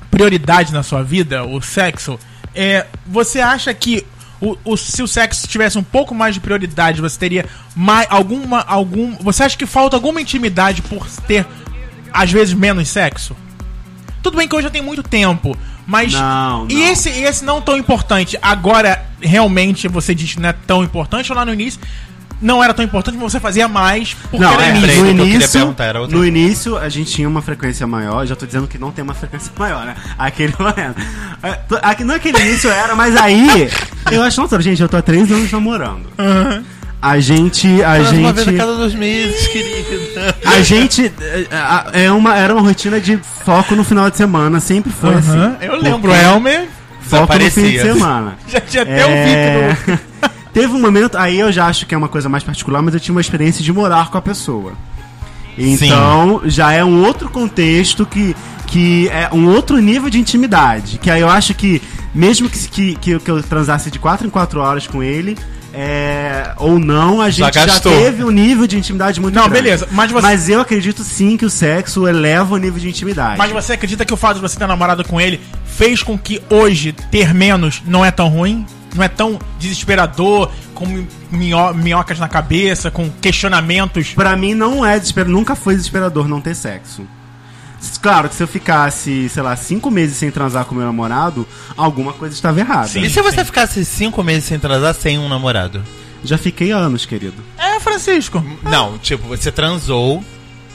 Speaker 1: prioridade na sua vida, o sexo, é, você acha que o, o- se o sexo tivesse um pouco mais de prioridade, você teria mais alguma algum, você acha que falta alguma intimidade por ter às vezes menos sexo? Tudo bem que hoje já tem muito tempo, mas
Speaker 3: Não,
Speaker 1: e
Speaker 3: não.
Speaker 1: esse e esse não tão importante. Agora realmente você diz que não é tão importante ou lá no início não era tão importante, mas você fazia mais porque
Speaker 3: Não,
Speaker 1: era
Speaker 3: é,
Speaker 2: peraí,
Speaker 1: início.
Speaker 3: no
Speaker 2: peraí, o que eu queria
Speaker 3: início,
Speaker 2: perguntar era outra
Speaker 3: no
Speaker 2: coisa.
Speaker 3: início a gente tinha uma frequência maior, já tô dizendo que não tem uma frequência maior, né? Aquele momento. É, tô- Aqui, não aquele início era, mas aí. Eu acho, nossa, gente, eu tô há três anos namorando. A gente. A
Speaker 2: Mas uma vez a
Speaker 3: gente.
Speaker 2: cada dois meses, querida.
Speaker 3: A gente. é, É, é uma, era uma rotina de foco no final de semana, sempre foi
Speaker 1: Aham,
Speaker 3: assim.
Speaker 1: Eu lembro, Elmer.
Speaker 3: Foco no fim de
Speaker 2: Desaparecia.
Speaker 3: semana.
Speaker 1: Já tinha até o
Speaker 3: É...
Speaker 1: Vitor.
Speaker 3: Teve um momento, aí eu já acho que é uma coisa mais particular, mas eu tinha uma experiência de morar com a pessoa. Então, já é um outro contexto que, que é um outro nível de intimidade. Que aí eu acho que, mesmo que, que, que eu- que eu transasse de 4 em 4 horas com ele, é, ou não, a gente já,
Speaker 2: gastou.
Speaker 3: teve um nível de intimidade muito
Speaker 1: Não,
Speaker 3: grande.
Speaker 1: beleza, mas você-
Speaker 3: Mas eu acredito sim que o sexo eleva o nível de intimidade.
Speaker 1: Mas você acredita que o fato de você ter namorado com ele fez com que hoje ter menos não é tão ruim? Não é tão desesperador, com minho- minhocas na cabeça, com questionamentos?
Speaker 3: Pra mim não é desesperador, nunca foi desesperador não ter sexo. S- Claro que se eu ficasse, sei lá, cinco meses sem transar com meu namorado, alguma coisa estava errada.
Speaker 1: Sim.
Speaker 2: E se você ficasse cinco meses sem transar sem um namorado?
Speaker 3: Já fiquei anos, querido.
Speaker 1: É, Francisco.
Speaker 2: Não, tipo, você transou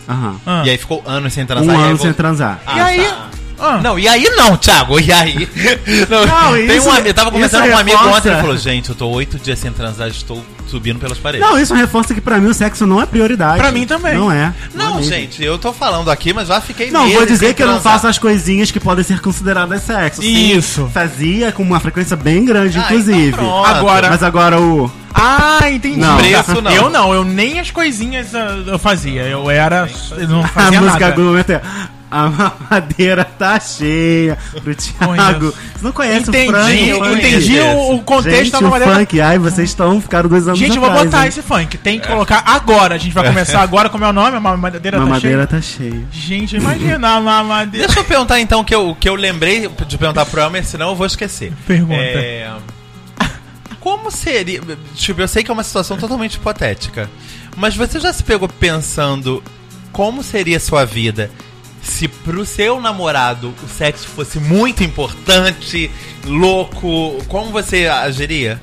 Speaker 3: Aham.
Speaker 1: Ah.
Speaker 2: e aí ficou anos sem
Speaker 3: Um
Speaker 2: transar. é e aí
Speaker 3: ano
Speaker 2: voltou. tá.
Speaker 3: sem transar.
Speaker 1: E aí? Ah,
Speaker 2: Não, e aí não, Thiago, e aí? Não,
Speaker 3: Não,
Speaker 2: tem
Speaker 3: isso- é-
Speaker 2: um, ami- eu tava conversando
Speaker 3: isso
Speaker 2: com um amigo
Speaker 3: reforça.
Speaker 2: ontem, ele falou, gente, eu tô oito dias sem transar, estou subindo pelas paredes.
Speaker 3: Não, isso reforça que pra mim o sexo não é prioridade.
Speaker 1: Pra mim também.
Speaker 3: Não é. é
Speaker 2: Não,
Speaker 3: mesmo.
Speaker 2: gente, eu tô falando aqui, mas já fiquei
Speaker 3: Não, vou
Speaker 2: meses
Speaker 3: dizer
Speaker 2: sem
Speaker 3: que eu não
Speaker 2: transar.
Speaker 3: faço as coisinhas que podem ser consideradas sexo. Sim,
Speaker 1: Isso.
Speaker 3: Fazia com uma frequência bem grande,
Speaker 2: Ah,
Speaker 3: inclusive.
Speaker 2: então pronto.
Speaker 1: Agora-
Speaker 3: Mas agora o.
Speaker 1: ah entendi.
Speaker 3: Não.
Speaker 2: Preço, não.
Speaker 1: Eu não, eu nem as coisinhas ah, eu fazia. Eu era. Eu não
Speaker 3: A
Speaker 1: fazia
Speaker 3: música
Speaker 1: nada.
Speaker 3: do momento é. A mamadeira tá cheia pro Thiago. Você não conhece
Speaker 1: Entendi,
Speaker 3: o funk?
Speaker 1: eu
Speaker 3: o funk?
Speaker 1: entendi o, o contexto
Speaker 3: Gente,
Speaker 1: da
Speaker 3: o
Speaker 1: novela.
Speaker 3: funk. Ai, vocês estão ficaram dois anos
Speaker 1: Gente, eu vou
Speaker 3: atrás,
Speaker 1: botar
Speaker 3: hein?
Speaker 1: esse funk. Tem que colocar agora. A gente vai começar agora. Como é o nome? A mamadeira tá cheia.
Speaker 3: Mamadeira tá cheia.
Speaker 1: Gente, imagina a mamadeira.
Speaker 2: Deixa eu perguntar então o que eu, que eu lembrei de perguntar pro Elmer, senão eu vou esquecer.
Speaker 1: Pergunta.
Speaker 2: É, Como seria. Tipo, eu sei que é uma situação totalmente hipotética. Mas você já se pegou pensando como seria a sua vida se pro seu namorado o sexo fosse muito importante, louco? Como você agiria?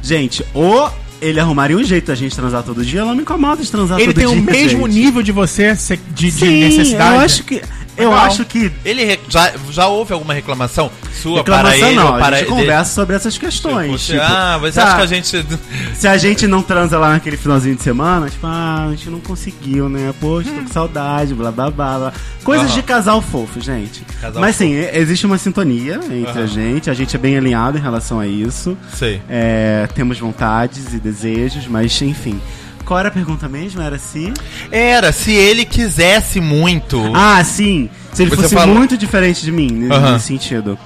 Speaker 3: Gente, ou ele arrumaria um jeito da gente transar todo dia, ela me incomoda de transar
Speaker 1: Ele
Speaker 3: todo
Speaker 1: tem
Speaker 3: dia.
Speaker 1: o mesmo
Speaker 3: gente.
Speaker 1: nível de você se- de, de
Speaker 3: Sim,
Speaker 1: necessidade.
Speaker 3: Eu acho que. Eu
Speaker 1: Legal.
Speaker 3: acho que
Speaker 2: Ele re- já, já houve alguma reclamação sua para
Speaker 3: reclamação
Speaker 2: ele
Speaker 3: não,
Speaker 2: ou para
Speaker 3: a gente
Speaker 2: ele?
Speaker 3: conversa sobre essas
Speaker 2: Tipo,
Speaker 3: questões. Tipo,
Speaker 2: ah, mas
Speaker 3: tá,
Speaker 2: acha que a gente.
Speaker 3: se a gente não transa lá naquele finalzinho de semana, tipo, ah, a gente não conseguiu, né? Poxa, tô com saudade, blá blá blá. blá. Coisas
Speaker 2: Aham.
Speaker 3: de casal fofo, gente.
Speaker 2: Casal
Speaker 3: Mas sim, e- existe uma sintonia entre
Speaker 2: Aham.
Speaker 3: a gente, a gente é bem alinhado em relação a isso.
Speaker 2: Sei.
Speaker 3: É, temos vontades e desejos, mas enfim. Qual era a pergunta mesmo? Era se.
Speaker 2: Era, se ele quisesse muito.
Speaker 3: Ah, sim. Se ele
Speaker 2: Você
Speaker 3: fosse
Speaker 2: falou-
Speaker 3: muito diferente de mim, n-
Speaker 2: Aham.
Speaker 3: nesse sentido.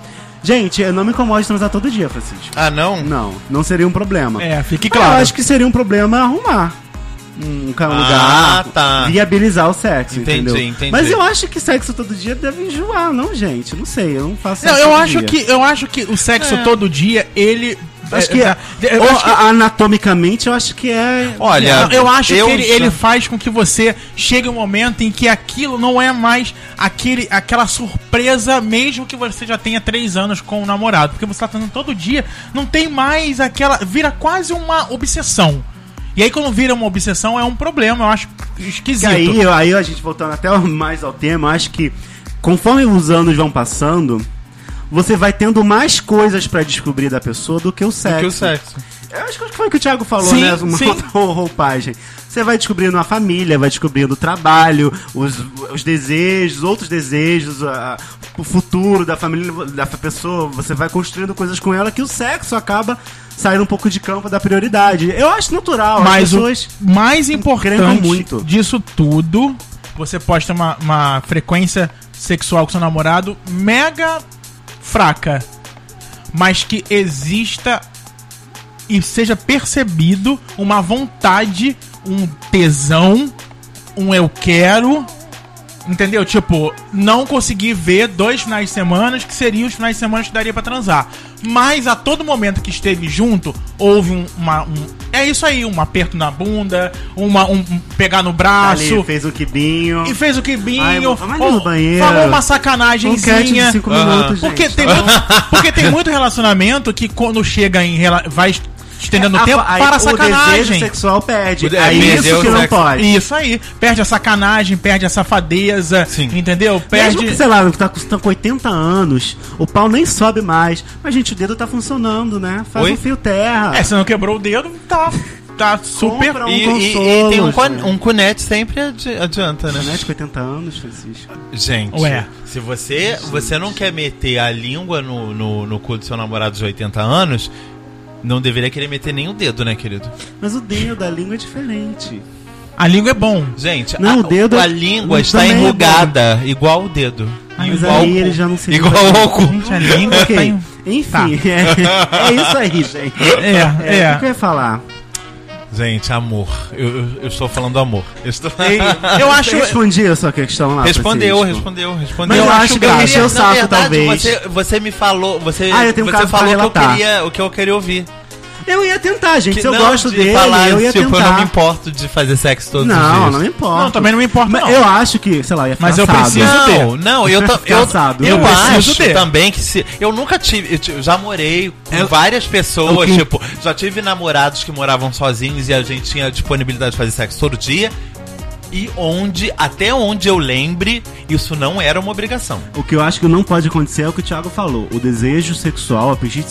Speaker 3: Gente, eu não me incomodo de transar todo dia, Francisco.
Speaker 2: Ah, não?
Speaker 3: Não, não seria um problema.
Speaker 1: É, fique
Speaker 3: Mas Eu
Speaker 1: claro.
Speaker 3: acho que seria um problema arrumar um ca-
Speaker 2: Ah,
Speaker 3: lugar,
Speaker 2: tá.
Speaker 3: viabilizar o sexo,
Speaker 2: Entendi,
Speaker 3: entendeu?
Speaker 2: entendi.
Speaker 3: Mas eu acho que sexo todo dia deve enjoar, não, gente? Não sei, eu não faço
Speaker 1: Não,
Speaker 3: sexo
Speaker 1: eu
Speaker 3: todo
Speaker 1: acho
Speaker 3: dia.
Speaker 1: que eu acho que o sexo todo dia ele
Speaker 3: É. Acho que,
Speaker 1: é, eu
Speaker 3: ou
Speaker 1: acho que-
Speaker 3: a- anatomicamente, eu acho que é...
Speaker 2: Olha,
Speaker 1: Não, eu acho
Speaker 2: eu
Speaker 1: que ele,
Speaker 2: já-
Speaker 1: ele faz com que você chegue um momento em que aquilo não é mais aquele, aquela surpresa, mesmo que você já tenha três anos com o namorado. Porque você tá fazendo todo dia, não tem mais aquela. Vira quase uma obsessão. E aí, quando vira uma obsessão, é um problema, eu acho
Speaker 3: Que
Speaker 1: esquisito.
Speaker 3: aí, eu- aí a gente voltando até mais ao tema, acho que conforme os anos vão passando, você vai tendo mais coisas pra descobrir da pessoa do que o sexo.
Speaker 2: Do que o sexo.
Speaker 3: Eu acho que foi o que o Thiago falou,
Speaker 1: Sim,
Speaker 3: né? Uma
Speaker 1: sim.
Speaker 3: outra roupagem. Você vai descobrindo a família, vai descobrindo o trabalho, os, os desejos, outros desejos, a- o futuro da família, da pessoa. Você vai construindo coisas com ela que o sexo acaba saindo um pouco de campo da prioridade. Eu acho natural.
Speaker 1: Mas
Speaker 3: as pessoas...
Speaker 1: o mais importante
Speaker 3: muito.
Speaker 1: disso tudo, você pode ter uma, uma frequência sexual com seu namorado mega fraca, mas que exista e seja percebido uma vontade, um tesão, um eu quero. Entendeu? Tipo, não consegui ver dois finais de semana, que seriam os finais de semana que daria pra transar. Mas a todo momento que esteve junto, houve um, uma. um- é isso aí, um aperto na bunda, uma, um, um pegar no braço.
Speaker 3: Ali, fez um quibinho.
Speaker 1: e fez o quibinho.
Speaker 3: Ai, amor, vamos ali no
Speaker 1: ou-
Speaker 3: banheiro.
Speaker 1: falou uma
Speaker 3: Um cat de
Speaker 1: sacanagemzinha.
Speaker 3: 5
Speaker 2: Aham.
Speaker 3: minutos, gente.
Speaker 1: Porque tem, muito, porque tem muito relacionamento que quando chega em. rela- vai estendendo o
Speaker 3: É, A-
Speaker 1: tempo
Speaker 3: aí
Speaker 1: para
Speaker 3: O desejo
Speaker 1: sacanagem.
Speaker 3: sexual pede.
Speaker 2: O de-
Speaker 3: aí
Speaker 2: perdeu
Speaker 3: isso
Speaker 2: o
Speaker 3: que não
Speaker 2: sexo.
Speaker 3: pode.
Speaker 1: Isso aí. Perde a sacanagem, perde a safadeza.
Speaker 2: Sim.
Speaker 1: Entendeu?
Speaker 3: Mesmo
Speaker 1: Perde.
Speaker 3: que, sei lá, tá, com- tá com 80 anos, o pau nem sobe mais. Mas, gente, o dedo tá funcionando, né? Faz
Speaker 2: Oi?
Speaker 3: um fio terra.
Speaker 1: É, se não quebrou o dedo, tá. Tá super.
Speaker 3: Compra um
Speaker 2: E,
Speaker 3: consolo,
Speaker 2: e- e tem um,
Speaker 3: gente.
Speaker 2: con- um cunete sempre adi- adianta, né?
Speaker 3: Né, de 80 anos, Francisco.
Speaker 2: Gente,
Speaker 1: Ué.
Speaker 2: se você, você não quer meter a língua no, no, no cu do seu namorado de 80 anos, não deveria querer meter nem o dedo, né, querido?
Speaker 3: Mas o dedo, a língua é diferente.
Speaker 1: A língua é bom.
Speaker 2: Gente,
Speaker 3: Não,
Speaker 2: a,
Speaker 3: o dedo
Speaker 2: a
Speaker 3: é-
Speaker 2: língua
Speaker 3: não,
Speaker 2: está
Speaker 3: também é
Speaker 2: enrugada, igual o dedo.
Speaker 1: Ai,
Speaker 3: Mas
Speaker 2: igual
Speaker 3: aí
Speaker 2: o-
Speaker 3: ele já não se
Speaker 2: Igual
Speaker 3: lembra.
Speaker 2: o cu.
Speaker 1: Gente, Ah, a língua
Speaker 3: Ok.
Speaker 1: tem.
Speaker 3: Enfim,
Speaker 1: Tá.
Speaker 3: é, é isso aí, gente.
Speaker 1: É,
Speaker 3: O que que
Speaker 1: é.
Speaker 3: eu ia falar?
Speaker 2: Gente, amor. Eu, eu- eu estou falando amor. Eu estou...
Speaker 1: Eu acho.
Speaker 3: Respondi a sua questão lá.
Speaker 2: Respondeu,
Speaker 3: Francisco?
Speaker 2: respondeu, respondeu.
Speaker 3: Mas eu acho que eu
Speaker 2: queria-
Speaker 3: enchei o
Speaker 2: na
Speaker 3: saco,
Speaker 2: verdade,
Speaker 3: talvez.
Speaker 2: Você, você me falou, você,
Speaker 3: Ah, eu tenho um
Speaker 2: você
Speaker 3: caso pra
Speaker 2: falou o que eu
Speaker 3: relatar.
Speaker 2: queria, o que eu queria ouvir.
Speaker 3: Eu ia tentar, gente.
Speaker 2: Que
Speaker 3: Se eu
Speaker 2: não
Speaker 3: gosto
Speaker 2: de
Speaker 3: dele,
Speaker 2: falar,
Speaker 3: eu ia
Speaker 2: tipo,
Speaker 3: tentar.
Speaker 2: eu não me importo de fazer sexo todos os
Speaker 3: não,
Speaker 2: dias.
Speaker 3: não me importa.
Speaker 1: Não, também não me importa.
Speaker 3: Mas
Speaker 1: Não.
Speaker 3: eu acho que, sei lá, ia ficar
Speaker 1: Mas eu
Speaker 3: assado.
Speaker 1: preciso-
Speaker 2: Não, não, eu, ta- eu,
Speaker 3: Engraçado,
Speaker 2: eu,
Speaker 1: eu preciso
Speaker 2: acho
Speaker 1: ter.
Speaker 2: também que se. Eu nunca tive. Eu, ti- eu já morei com
Speaker 3: Eu-
Speaker 2: várias pessoas,
Speaker 3: eu é que-
Speaker 2: tipo, já tive namorados que moravam sozinhos e a gente tinha disponibilidade de fazer sexo todo dia. E onde, até onde eu lembre, isso não era uma obrigação.
Speaker 3: O que eu acho que não pode acontecer é o que o Thiago falou. O desejo sexual, o apetite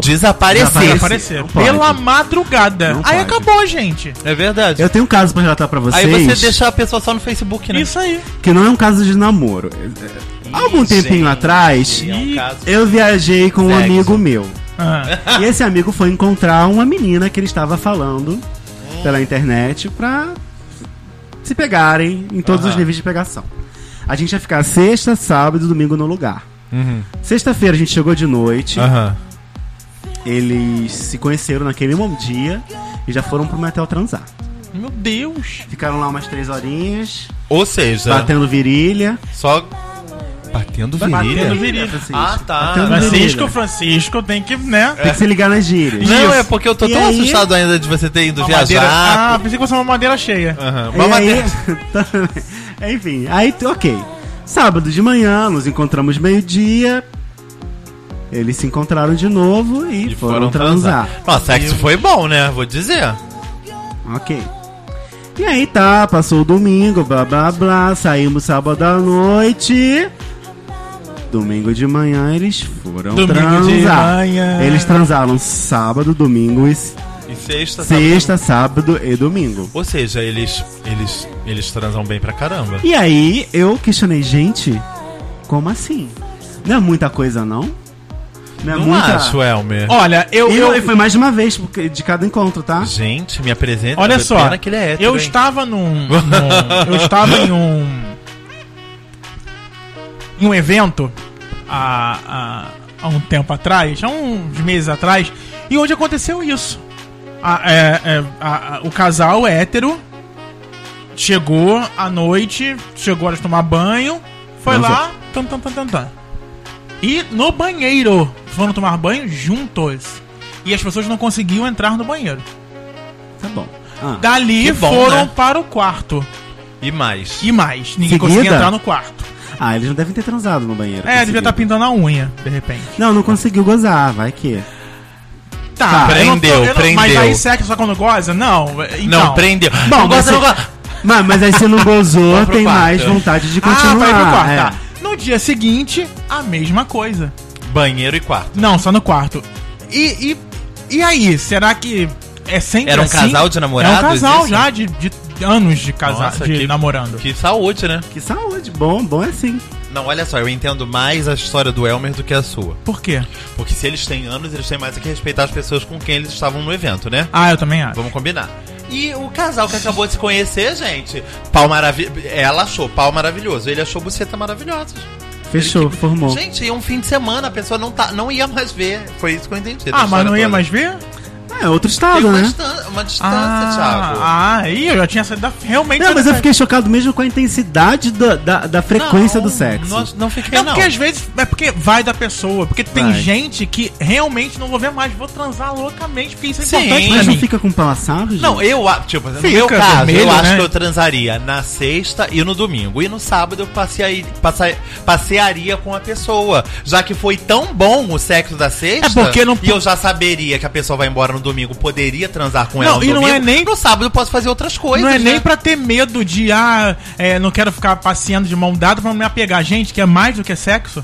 Speaker 1: Vai
Speaker 2: Desaparecer.
Speaker 1: aparecer.
Speaker 3: não pode.
Speaker 1: Pela madrugada.
Speaker 3: Não
Speaker 1: Aí
Speaker 3: pode.
Speaker 1: acabou, gente.
Speaker 2: É verdade.
Speaker 3: Eu tenho um caso pra relatar pra vocês.
Speaker 2: Aí você deixa a pessoa só no Facebook, né?
Speaker 1: Isso aí.
Speaker 3: Que não é um caso de namoro. É- é-
Speaker 2: Ih,
Speaker 3: Algum tempinho
Speaker 2: gente,
Speaker 3: atrás,
Speaker 2: É um caso.
Speaker 3: eu viajei com um
Speaker 2: Sexo.
Speaker 3: amigo meu.
Speaker 1: Ah,
Speaker 3: E esse amigo foi encontrar uma menina que ele estava falando pela internet pra se pegarem em todos os
Speaker 2: Aham.
Speaker 3: níveis de pegação. A gente ia ficar sexta, sábado e domingo no lugar.
Speaker 2: Uhum.
Speaker 3: Sexta-feira a gente chegou de noite.
Speaker 2: Aham.
Speaker 3: Eles se conheceram naquele mesmo dia e já foram pro motel transar.
Speaker 1: meu Deus.
Speaker 3: Ficaram lá umas três horinhas,
Speaker 2: Ou seja,
Speaker 3: batendo virilha.
Speaker 2: só. Tá. Batendo virilha.
Speaker 1: Batendo virilha.
Speaker 3: Francisco.
Speaker 2: Ah, tá.
Speaker 3: Batendo
Speaker 1: Francisco,
Speaker 3: virilha.
Speaker 1: Francisco tem que, né?
Speaker 3: Tem que se ligar nas gírias.
Speaker 2: Não,
Speaker 1: Isso.
Speaker 2: é porque eu tô
Speaker 3: E
Speaker 2: tão
Speaker 3: aí-
Speaker 2: assustado ainda de você ter ido
Speaker 1: Madeira-
Speaker 2: viajar.
Speaker 1: Ah, pensei que fosse uma madeira cheia.
Speaker 2: Aham. É,
Speaker 3: E aí-
Speaker 2: Mamadeira.
Speaker 3: Enfim, aí, t- ok. Sábado de manhã, nos encontramos meio-dia. Eles se encontraram de novo e, foram, transar.
Speaker 2: Nossa, sexo foi bom, né? Vou dizer.
Speaker 3: Ok. E aí tá, passou o domingo, blá blá blá, saímos sábado à noite. Domingo de manhã eles foram
Speaker 1: Domingo de
Speaker 3: transar.
Speaker 1: manhã.
Speaker 3: Eles transaram sábado, domingo e s-
Speaker 2: E sexta, sábado-
Speaker 3: sexta, sábado e domingo.
Speaker 2: Ou seja, eles, eles, eles transam bem pra caramba.
Speaker 3: E aí eu questionei, gente, como assim? Não é muita coisa não? Não é
Speaker 2: Não
Speaker 3: muita.
Speaker 2: acho, Elmer.
Speaker 1: Olha, eu.
Speaker 3: E
Speaker 1: eu-
Speaker 3: foi mais de uma vez porque- de cada encontro, tá?
Speaker 2: Gente, me apresenta.
Speaker 1: olha
Speaker 2: Pena
Speaker 1: só.
Speaker 2: que ele é hétero,
Speaker 1: eu
Speaker 2: hein?
Speaker 1: estava num, num- Eu estava em um. Em um evento há, há, há um tempo atrás, há uns meses atrás, e onde aconteceu isso. A- é- é- a- a- o casal hétero chegou à noite, chegou a tomar banho, foi
Speaker 3: Nossa.
Speaker 1: lá, tam, tam, tam, tam, tam. E no banheiro, foram tomar banho juntos. E as pessoas não conseguiam entrar no banheiro.
Speaker 3: Tá bom. Ah.
Speaker 1: Dali
Speaker 2: Que bom,
Speaker 1: foram
Speaker 2: né?
Speaker 1: para o quarto.
Speaker 2: E mais.
Speaker 1: E mais, ninguém
Speaker 3: Seguida?
Speaker 1: conseguia entrar no quarto.
Speaker 3: Ah, eles não devem ter transado no banheiro.
Speaker 1: É, devia estar
Speaker 3: Conseguiu.
Speaker 1: pintando a unha, de repente.
Speaker 3: Não, não conseguiu gozar, vai que.
Speaker 1: Tá,
Speaker 2: Tá,
Speaker 1: eu não
Speaker 2: prendeu,
Speaker 1: Mas
Speaker 2: prendeu.
Speaker 1: aí sexo só quando goza? Não, então.
Speaker 2: Não, prendeu.
Speaker 3: Bom,
Speaker 2: não
Speaker 3: mas
Speaker 2: gosta, não
Speaker 3: você-
Speaker 2: gosta.
Speaker 3: Mas, mas aí se não gozou,
Speaker 2: Vai pro
Speaker 3: tem
Speaker 2: quarto.
Speaker 3: mais vontade de continuar.
Speaker 1: Ah, vai pro quarto,
Speaker 3: é.
Speaker 1: tá. No dia seguinte, a mesma coisa.
Speaker 2: Banheiro e quarto.
Speaker 1: Não, só no quarto. E, e, e aí, será que é sempre
Speaker 2: Era um
Speaker 1: assim?
Speaker 2: casal de namorados,
Speaker 1: É um casal
Speaker 2: isso?
Speaker 1: já de, de anos de casar,
Speaker 2: Nossa,
Speaker 1: de
Speaker 2: que-
Speaker 1: namorando.
Speaker 2: Que saúde, né?
Speaker 3: É. Que saúde, bom, bom é sim.
Speaker 2: Não, olha só, eu entendo mais a história do Elmer do que a sua.
Speaker 1: Por quê?
Speaker 2: Porque se eles têm anos, eles têm mais a que respeitar as pessoas com quem eles estavam no evento, né?
Speaker 1: Ah, eu também acho.
Speaker 2: Vamos combinar. E o casal que acabou de se conhecer, gente, pau maravilhoso. Ela achou pau maravilhoso, ele achou buceta maravilhosa.
Speaker 3: Fechou, formou.
Speaker 2: Gente, e um fim de semana a pessoa não, tá, não ia mais ver. Foi isso que eu entendi. da
Speaker 1: Ah, mas
Speaker 2: história
Speaker 1: não ia
Speaker 2: toda.
Speaker 1: mais ver?
Speaker 3: É, outro
Speaker 2: Tem
Speaker 3: estado,
Speaker 2: uma,
Speaker 3: né?
Speaker 2: distan- uma distância, Thiago.
Speaker 1: ah, aí eu já tinha saído da. Realmente.
Speaker 3: Não,
Speaker 1: eu
Speaker 3: mas eu
Speaker 1: tinha
Speaker 3: fiquei chocado mesmo com a intensidade da, da, da frequência
Speaker 2: Não,
Speaker 3: do sexo.
Speaker 2: Não, não fiquei,
Speaker 1: É
Speaker 2: não.
Speaker 1: porque às vezes é porque vai da pessoa, porque tem
Speaker 3: Vai.
Speaker 1: gente que realmente não vou ver mais, vou transar loucamente, porque isso é
Speaker 2: Sim,
Speaker 1: importante pra
Speaker 3: Mas não
Speaker 1: mim.
Speaker 3: fica com passado, gente?
Speaker 2: Não, eu, a- tipo, no
Speaker 1: Fica
Speaker 2: meu caso,
Speaker 1: vermelho,
Speaker 2: eu acho
Speaker 1: né?
Speaker 2: que eu transaria na sexta e no domingo. E no sábado eu passeai, passei- passearia com a pessoa. Já que foi tão bom o sexo da sexta.
Speaker 1: É porque não-
Speaker 2: E eu já saberia que a pessoa vai embora no domingo. Poderia transar com ela
Speaker 1: Não,
Speaker 2: no
Speaker 1: e não
Speaker 2: domingo.
Speaker 1: é nem-
Speaker 2: No sábado eu posso fazer outras coisas.
Speaker 1: não é nem
Speaker 2: né?
Speaker 1: pra ter medo de, ah, é, não quero ficar passeando de mão dada pra não me apegar. Gente, que é mais do que sexo.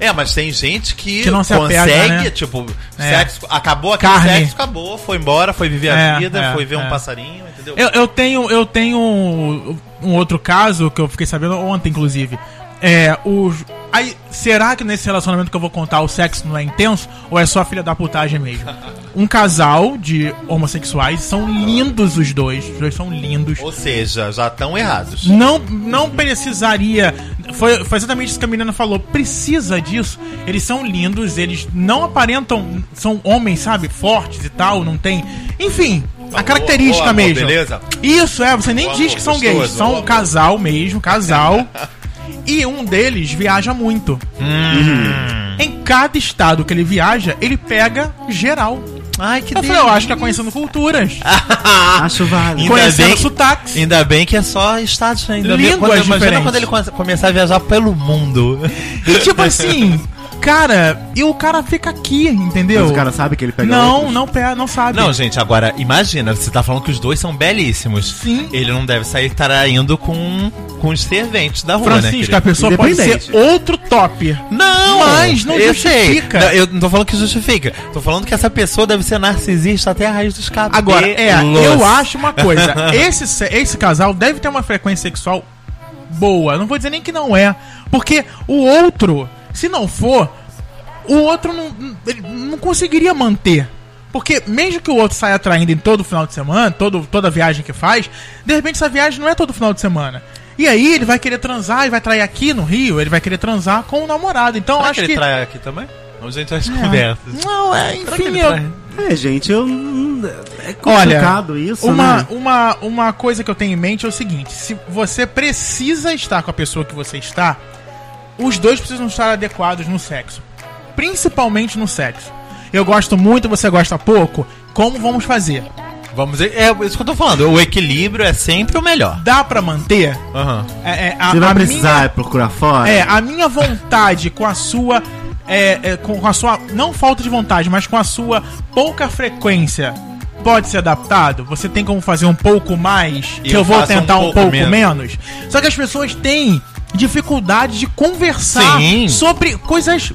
Speaker 2: É, mas tem gente que,
Speaker 1: Que não se
Speaker 2: consegue,
Speaker 1: apega, né?
Speaker 2: tipo,
Speaker 1: É.
Speaker 2: sexo, acabou aquele
Speaker 1: Carne.
Speaker 2: sexo, acabou, foi embora, foi viver a
Speaker 1: É,
Speaker 2: vida,
Speaker 1: é,
Speaker 2: foi ver um
Speaker 1: é.
Speaker 2: passarinho, entendeu?
Speaker 1: Eu, eu tenho, eu tenho um, um outro caso que eu fiquei sabendo ontem, inclusive. É, o. Aí, será que nesse relacionamento que eu vou contar o sexo não é intenso? Ou é só a filha da putagem mesmo? Um casal de homossexuais, são lindos os dois. Os dois são lindos.
Speaker 2: Ou seja, já estão errados.
Speaker 1: Não, não precisaria. Foi, foi exatamente isso que a menina falou. Precisa disso. Eles são lindos, eles não aparentam. São homens, sabe? Fortes e tal, não tem. Enfim, a característica
Speaker 2: Boa, amor,
Speaker 1: mesmo.
Speaker 2: Beleza?
Speaker 1: Isso, é, você nem
Speaker 2: Boa,
Speaker 1: diz
Speaker 2: amor,
Speaker 1: que são
Speaker 2: gostoso,
Speaker 1: gays. São
Speaker 2: boa,
Speaker 1: um casal mesmo, casal. e um deles viaja muito.
Speaker 2: Hum.
Speaker 1: Em cada estado que ele viaja, ele pega geral.
Speaker 2: Ai, que
Speaker 1: Eu falei, eu acho que tá conhecido culturas.
Speaker 3: Acho válido.
Speaker 2: Ainda
Speaker 1: conhecendo
Speaker 2: bem-
Speaker 1: sotaques.
Speaker 2: Ainda bem que é só estados ainda. bem-
Speaker 1: Línguas
Speaker 2: quando, imagina
Speaker 1: diferentes.
Speaker 2: quando ele come- começar a viajar pelo mundo.
Speaker 1: E tipo assim, cara, e o cara fica aqui, entendeu?
Speaker 3: Mas o cara sabe que ele pega
Speaker 1: não,
Speaker 3: outros?
Speaker 1: não pega, não sabe.
Speaker 2: Não, gente, agora imagina, você tá falando que os dois são belíssimos.
Speaker 1: Sim.
Speaker 2: Ele não deve sair traindo com, com os serventes da rua,
Speaker 1: Francisco, a
Speaker 2: né? querido?
Speaker 1: pessoa pode ser
Speaker 3: Independente.
Speaker 1: outro top.
Speaker 2: Não,
Speaker 1: Mas não
Speaker 2: eu sei.
Speaker 1: justifica.
Speaker 2: Não, eu não tô falando que justifica. Tô falando que essa pessoa deve ser narcisista até a raiz dos cabelos.
Speaker 1: Agora, é, eu acho uma coisa. Esse, se- esse casal deve ter uma frequência sexual boa. Não vou dizer nem que não é. Porque o outro, se não for, o outro não, ele não conseguiria manter. Porque mesmo que o outro saia traindo em todo final de semana, todo, toda viagem que faz, de repente essa viagem não é todo final de semana. E aí ele vai querer transar, ele vai trair aqui no Rio, ele vai querer transar com o namorado. Então
Speaker 2: Será
Speaker 1: acho
Speaker 2: que
Speaker 1: que. É.
Speaker 2: ele trai aqui também? Vamos entrar as conversas.
Speaker 1: Não, é,
Speaker 2: Será que
Speaker 1: enfim,
Speaker 2: ele
Speaker 1: eu,
Speaker 2: trai?
Speaker 3: É, gente, eu. hum, É
Speaker 1: Olha,
Speaker 3: complicado isso,
Speaker 1: Uma,
Speaker 3: né?
Speaker 1: uma, uma coisa que eu tenho em mente é o seguinte: se você precisa estar com a pessoa que você está, os dois precisam estar adequados no sexo. Principalmente no sexo. Eu gosto muito, você gosta pouco. Como vamos fazer?
Speaker 2: Vamos ver. É isso que eu tô falando. O equilíbrio é sempre o melhor.
Speaker 1: Dá pra manter?
Speaker 2: Aham.
Speaker 1: É, é, a,
Speaker 3: Você vai
Speaker 1: a
Speaker 3: precisar procurar fora?
Speaker 1: minha, é, a minha vontade com a sua. é, é, com a sua. Não falta de vontade, mas com a sua pouca frequência pode ser adaptado? Você tem como fazer um pouco mais?
Speaker 2: E
Speaker 1: que eu,
Speaker 2: eu
Speaker 1: vou
Speaker 2: faço
Speaker 1: tentar um pouco,
Speaker 2: menos.
Speaker 1: menos. Só que as pessoas têm dificuldade de conversar
Speaker 2: Sim.
Speaker 1: sobre coisas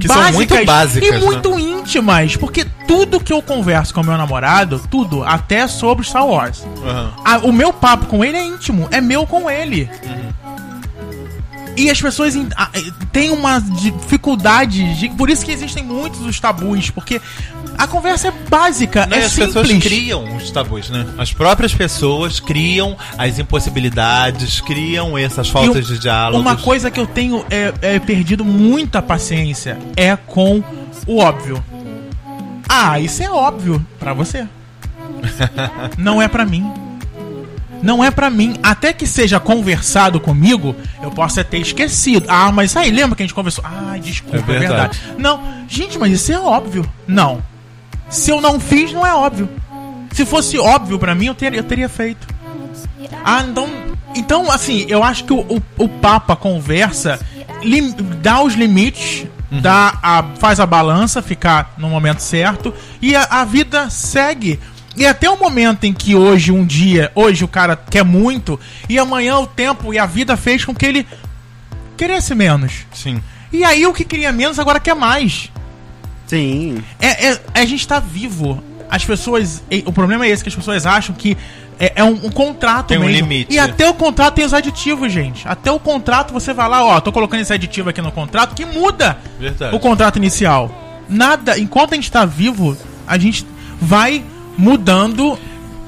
Speaker 2: Que são muito básicas,
Speaker 1: e
Speaker 2: né?
Speaker 1: muito íntimas, porque tudo que eu converso com meu namorado, tudo, até sobre Star Wars.
Speaker 2: Aham.
Speaker 1: Ah, o meu papo com ele é íntimo, é meu com ele. E as pessoas en- ah, eh, têm uma dificuldade, de- por isso que existem muitos os tabus, porque a conversa é básica,
Speaker 2: Não, assim, e
Speaker 1: é
Speaker 2: Né, as
Speaker 1: simples.
Speaker 2: pessoas criam os tabus, né? As próprias pessoas criam as impossibilidades, criam essas faltas
Speaker 1: E um-
Speaker 2: de diálogo.
Speaker 1: Uma coisa que eu tenho é, é perdido muita paciência é com o óbvio. Ah, isso é óbvio pra você. Não é pra mim. Não é pra mim. Até que seja conversado comigo, eu posso até ter esquecido. Ah, mas isso aí, lembra que a gente conversou? Ah, desculpa,
Speaker 2: É
Speaker 1: é verdade.
Speaker 2: verdade.
Speaker 1: Não, gente, mas isso é óbvio. Não. Se eu não fiz, não é óbvio. Se fosse óbvio pra mim, eu teria, eu teria feito. Ah, então. Então, assim, eu acho que o, o, o Papa conversa, lim- dá os limites, dá a, faz a balança ficar no momento certo e a, a vida segue. E até o momento em que hoje, um dia, hoje o cara quer muito, e amanhã o tempo e a vida fez com que ele queresse menos.
Speaker 2: Sim.
Speaker 1: E aí o que queria menos agora quer mais.
Speaker 3: Sim.
Speaker 1: É, é- a gente tá vivo. As pessoas. e- O problema é esse, que as pessoas acham que é, é um, um contrato
Speaker 2: Tem um
Speaker 1: mesmo.
Speaker 2: limite.
Speaker 1: E até o contrato tem os aditivos, gente. Até o contrato você vai lá, ó, tô colocando esse aditivo aqui no contrato que muda
Speaker 2: Verdade.
Speaker 1: o contrato inicial. Nada, enquanto a gente tá vivo, a gente vai mudando.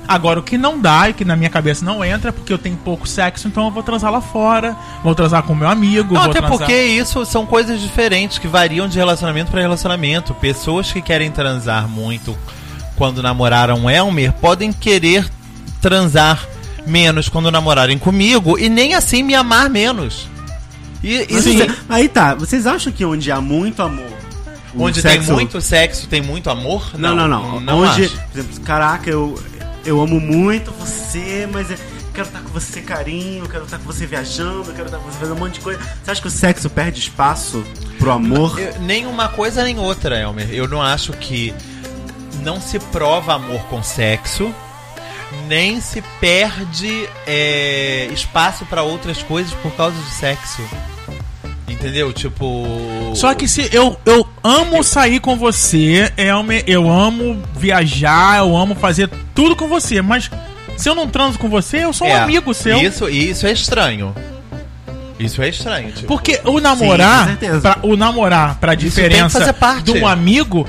Speaker 1: Agora, o que não dá e que na minha cabeça não entra, é porque eu tenho pouco sexo, então eu vou transar lá fora, vou transar com meu amigo,
Speaker 2: Não,
Speaker 1: vou
Speaker 2: até
Speaker 1: transar...
Speaker 2: porque isso são coisas diferentes que variam de relacionamento pra relacionamento. Pessoas que querem transar muito quando namoraram Elmer podem querer transar menos quando namorarem comigo e nem assim me amar menos. E isso é-
Speaker 3: Vocês- Aí tá, vocês acham que onde há muito amor. o
Speaker 2: onde
Speaker 3: sexo-
Speaker 2: tem muito sexo, tem muito amor?
Speaker 3: Não, não, não. onde, por exemplo, caraca, eu, eu amo muito você, mas eu quero estar com você carinho, quero estar com você viajando, quero estar com você fazendo um monte de coisa. Você acha que o sexo perde espaço pro amor?
Speaker 2: Eu- nem uma coisa nem outra, Elmer. Eu não acho que não se prova amor com sexo, nem se perde é, espaço pra outras coisas por causa de sexo. Entendeu? Tipo.
Speaker 1: Só que se eu, eu amo sair com você, Elmer, eu amo viajar, eu amo fazer tudo com você, mas se eu não transo com você, eu sou um
Speaker 2: É,
Speaker 1: amigo seu.
Speaker 2: Isso, isso é estranho. Isso é estranho, tipo.
Speaker 1: Porque o namorar,
Speaker 3: Sim, com certeza.
Speaker 1: pra, o namorar, pra
Speaker 2: Isso tem que fazer
Speaker 1: diferença
Speaker 2: parte.
Speaker 1: de um amigo,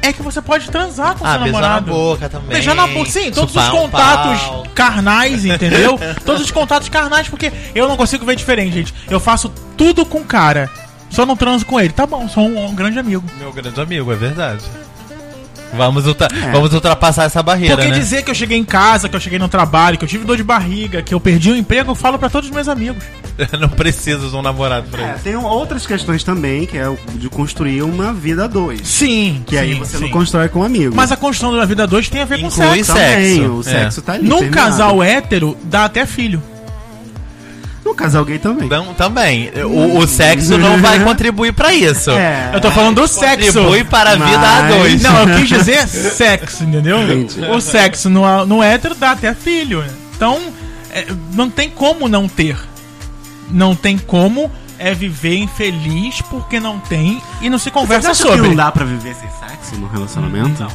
Speaker 1: é que você pode transar com
Speaker 2: Ah,
Speaker 1: seu
Speaker 2: beijar na
Speaker 1: namorado.
Speaker 2: boca também.
Speaker 1: Beijar na boca, sim, todos os
Speaker 2: chupar um
Speaker 1: contatos
Speaker 2: pau.
Speaker 1: carnais, entendeu? todos os contatos carnais, porque eu não consigo ver diferente, gente. Eu faço tudo com o cara, só não transo com ele. Tá bom, sou um- um grande amigo.
Speaker 2: Meu grande amigo, é verdade. Vamos, ultra- vamos ultrapassar essa barreira,
Speaker 1: Porque
Speaker 2: né?
Speaker 1: dizer que eu cheguei em casa, que eu cheguei no trabalho, que eu tive dor de barriga, que eu perdi o emprego, eu falo pra todos os meus amigos.
Speaker 2: não precisa de um namorado pra
Speaker 3: É,
Speaker 2: isso.
Speaker 3: tem outras questões também, que é o de construir uma vida a dois.
Speaker 1: Sim.
Speaker 3: Que aí
Speaker 1: sim,
Speaker 3: você
Speaker 1: sim.
Speaker 3: não constrói com um amigo.
Speaker 1: Mas a construção da vida 2 tem a ver com
Speaker 2: Inclui
Speaker 1: sexo.
Speaker 3: também,
Speaker 2: sexo,
Speaker 3: o
Speaker 2: é.
Speaker 3: sexo tá ali.
Speaker 1: Num
Speaker 3: terminado.
Speaker 1: casal hétero, dá até filho.
Speaker 3: Num casal gay também.
Speaker 2: Não, também. O, o sexo não vai contribuir pra isso.
Speaker 3: Uhum. É.
Speaker 1: Eu tô falando do sexo.
Speaker 2: Contribui para a vida
Speaker 3: Mas-
Speaker 2: a dois.
Speaker 1: Não, eu quis dizer sexo, entendeu?
Speaker 3: Entendi.
Speaker 1: O sexo no, no hétero dá até filho. Então, é, não tem como não ter. Não tem como é viver infeliz porque não tem e não se
Speaker 3: Você
Speaker 1: conversa
Speaker 3: acha
Speaker 1: sobre.
Speaker 3: que não dá pra viver sem sexo no relacionamento?